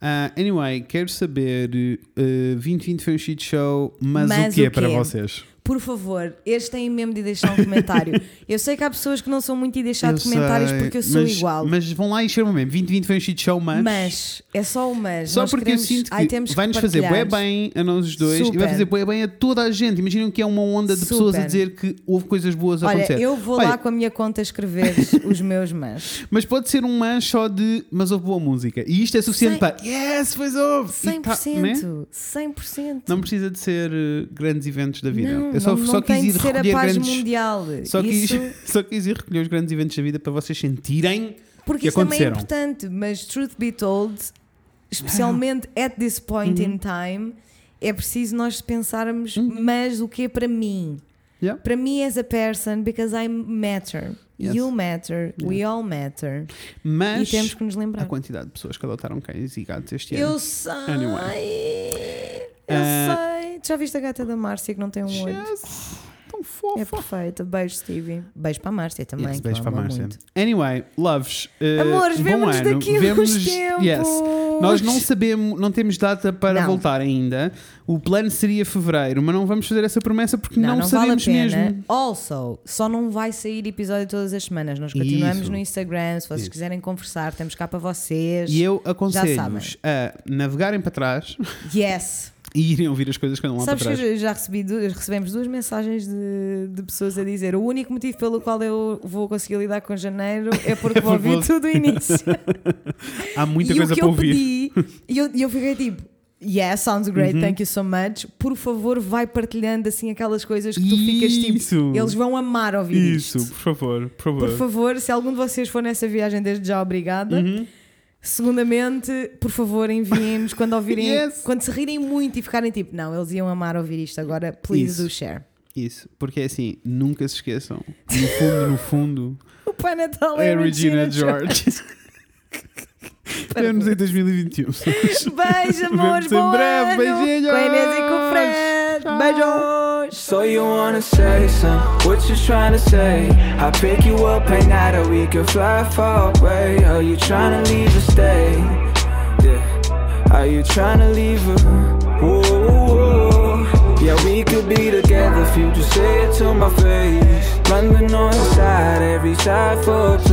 S1: Ah, anyway, quero saber. eh, 2020 foi um shit show, mas,
S2: Mas
S1: o que é
S2: o
S1: para
S2: quê?
S1: vocês?
S2: por favor, este tem mesmo de deixar um comentário. eu sei que há pessoas que não são muito de deixar de comentários
S1: sei,
S2: porque eu sou
S1: mas-
S2: igual. Mas,
S1: Mas vão lá encher-me mesmo. 2020 foi um shit show, mas.
S2: é só o mas.
S1: Só
S2: Nós
S1: porque
S2: queremos-
S1: eu sinto que
S2: ai, temos
S1: vai-nos fazer bué
S2: partilhar.
S1: bem a nós os dois e vai
S2: Super.
S1: fazer bué bem a toda a gente. Imaginem que é uma onda de pessoas a
S2: Super.
S1: dizer que houve coisas boas a
S2: Olha,
S1: acontecer.
S2: eu vou
S1: Olha,
S2: lá com a minha conta escrever os meus mas.
S1: Mas pode ser um man só de mas houve boa música. E isto é suficiente
S2: Cem-
S1: para yes, pois houve! E tá,
S2: 100%.
S1: Não
S2: 100%.
S1: precisa de ser eh, grandes eventos da vida.
S2: Não,
S1: eu só,
S2: não-
S1: só
S2: não
S1: quis
S2: tem
S1: ir
S2: de ser a
S1: recolher
S2: paz
S1: grandes.
S2: mundial.
S1: Só quis,
S2: Isso,
S1: só quis ir recolher os grandes eventos da vida para vocês sentirem
S2: porque
S1: que
S2: isso também é
S1: aconteceram.
S2: importante, mas truth be told, especialmente
S1: Ah.
S2: at this point
S1: Uhum.
S2: in time, é preciso nós pensarmos, mas o que é para mim?
S1: Yeah.
S2: Para mim as a person, because I matter.
S1: Yes.
S2: You matter, we all matter.
S1: Mas
S2: e temos que nos
S1: a
S2: lembrar.
S1: quantidade de pessoas que adotaram cães e gatos este ano.
S2: Eu sei! Eu
S1: Ah.
S2: sei! Tu Já viste a gata da Márcia que não tem um olho?
S1: Yes. Tão
S2: É
S1: fofa.
S2: perfeita. Beijo, Stevie. Beijo para a Márcia também.
S1: Yes,
S2: que
S1: beijo
S2: eu
S1: para a
S2: amo
S1: Márcia.
S2: muito.
S1: Anyway, loves. eh,
S2: Amores,
S1: bom
S2: vemo-nos
S1: ano.
S2: daqui a
S1: Vemo-nos-
S2: uns tempos.
S1: Yes. Nós não sabemos, não temos data para
S2: Não.
S1: voltar ainda. O plano seria fevereiro, mas não vamos fazer essa promessa porque não,
S2: não, não vale a
S1: sabemos
S2: pena.
S1: mesmo.
S2: Also, só não vai sair episódio todas as semanas. Nós continuamos
S1: Isso.
S2: no Instagram. Se vocês
S1: Isso.
S2: quiserem conversar, estamos cá para vocês.
S1: E eu
S2: sabem.
S1: aconselho-vos a navegarem para trás
S2: Yes.
S1: e irem ouvir as coisas que andam lá
S2: Sabes
S1: para
S2: que
S1: trás.
S2: eu já recebi duas, recebemos duas mensagens de, de pessoas a dizer o único motivo pelo qual eu vou conseguir lidar com janeiro é porque vou
S1: porque
S2: ouvir tudo o início.
S1: Há muita
S2: e
S1: coisa
S2: o que
S1: para
S2: eu
S1: ouvir. Uhum.
S2: pedi, e eu, e eu fiquei tipo, yeah, sounds great, thank you so much. Por favor, vai partilhando assim aquelas coisas que tu ficas
S1: Isso.
S2: tipo, eles vão amar ouvir
S1: Isso,
S2: isto.
S1: por favor, por favor.
S2: Por favor, se algum de vocês for nessa viagem, desde já, obrigada.
S1: Uhum.
S2: Segundamente, por favor, enviem-nos quando ouvirem,
S1: Yes.
S2: quando se rirem muito e ficarem tipo, não, eles iam amar ouvir isto agora, please
S1: Isso.
S2: do share.
S1: Isso, porque é assim, nunca se esqueçam. No fundo, no fundo,
S2: O Pai Natal
S1: é Regina George. É Estamos em 2021.
S2: Beijo,
S1: Vemos
S2: amores,
S1: em
S2: bom
S1: breve.
S2: ano.
S1: Beijinhos.
S2: Com a Inês e com o Fred. Beijos.
S4: So you wanna say some? What you tryna say? I pick you up and now that we can fly far away. Are you tryna leave or stay? Yeah. Are you tryna leave her? Ooh, ooh, ooh. Yeah, we could be together if you just say it to my face. London on the side, every side for a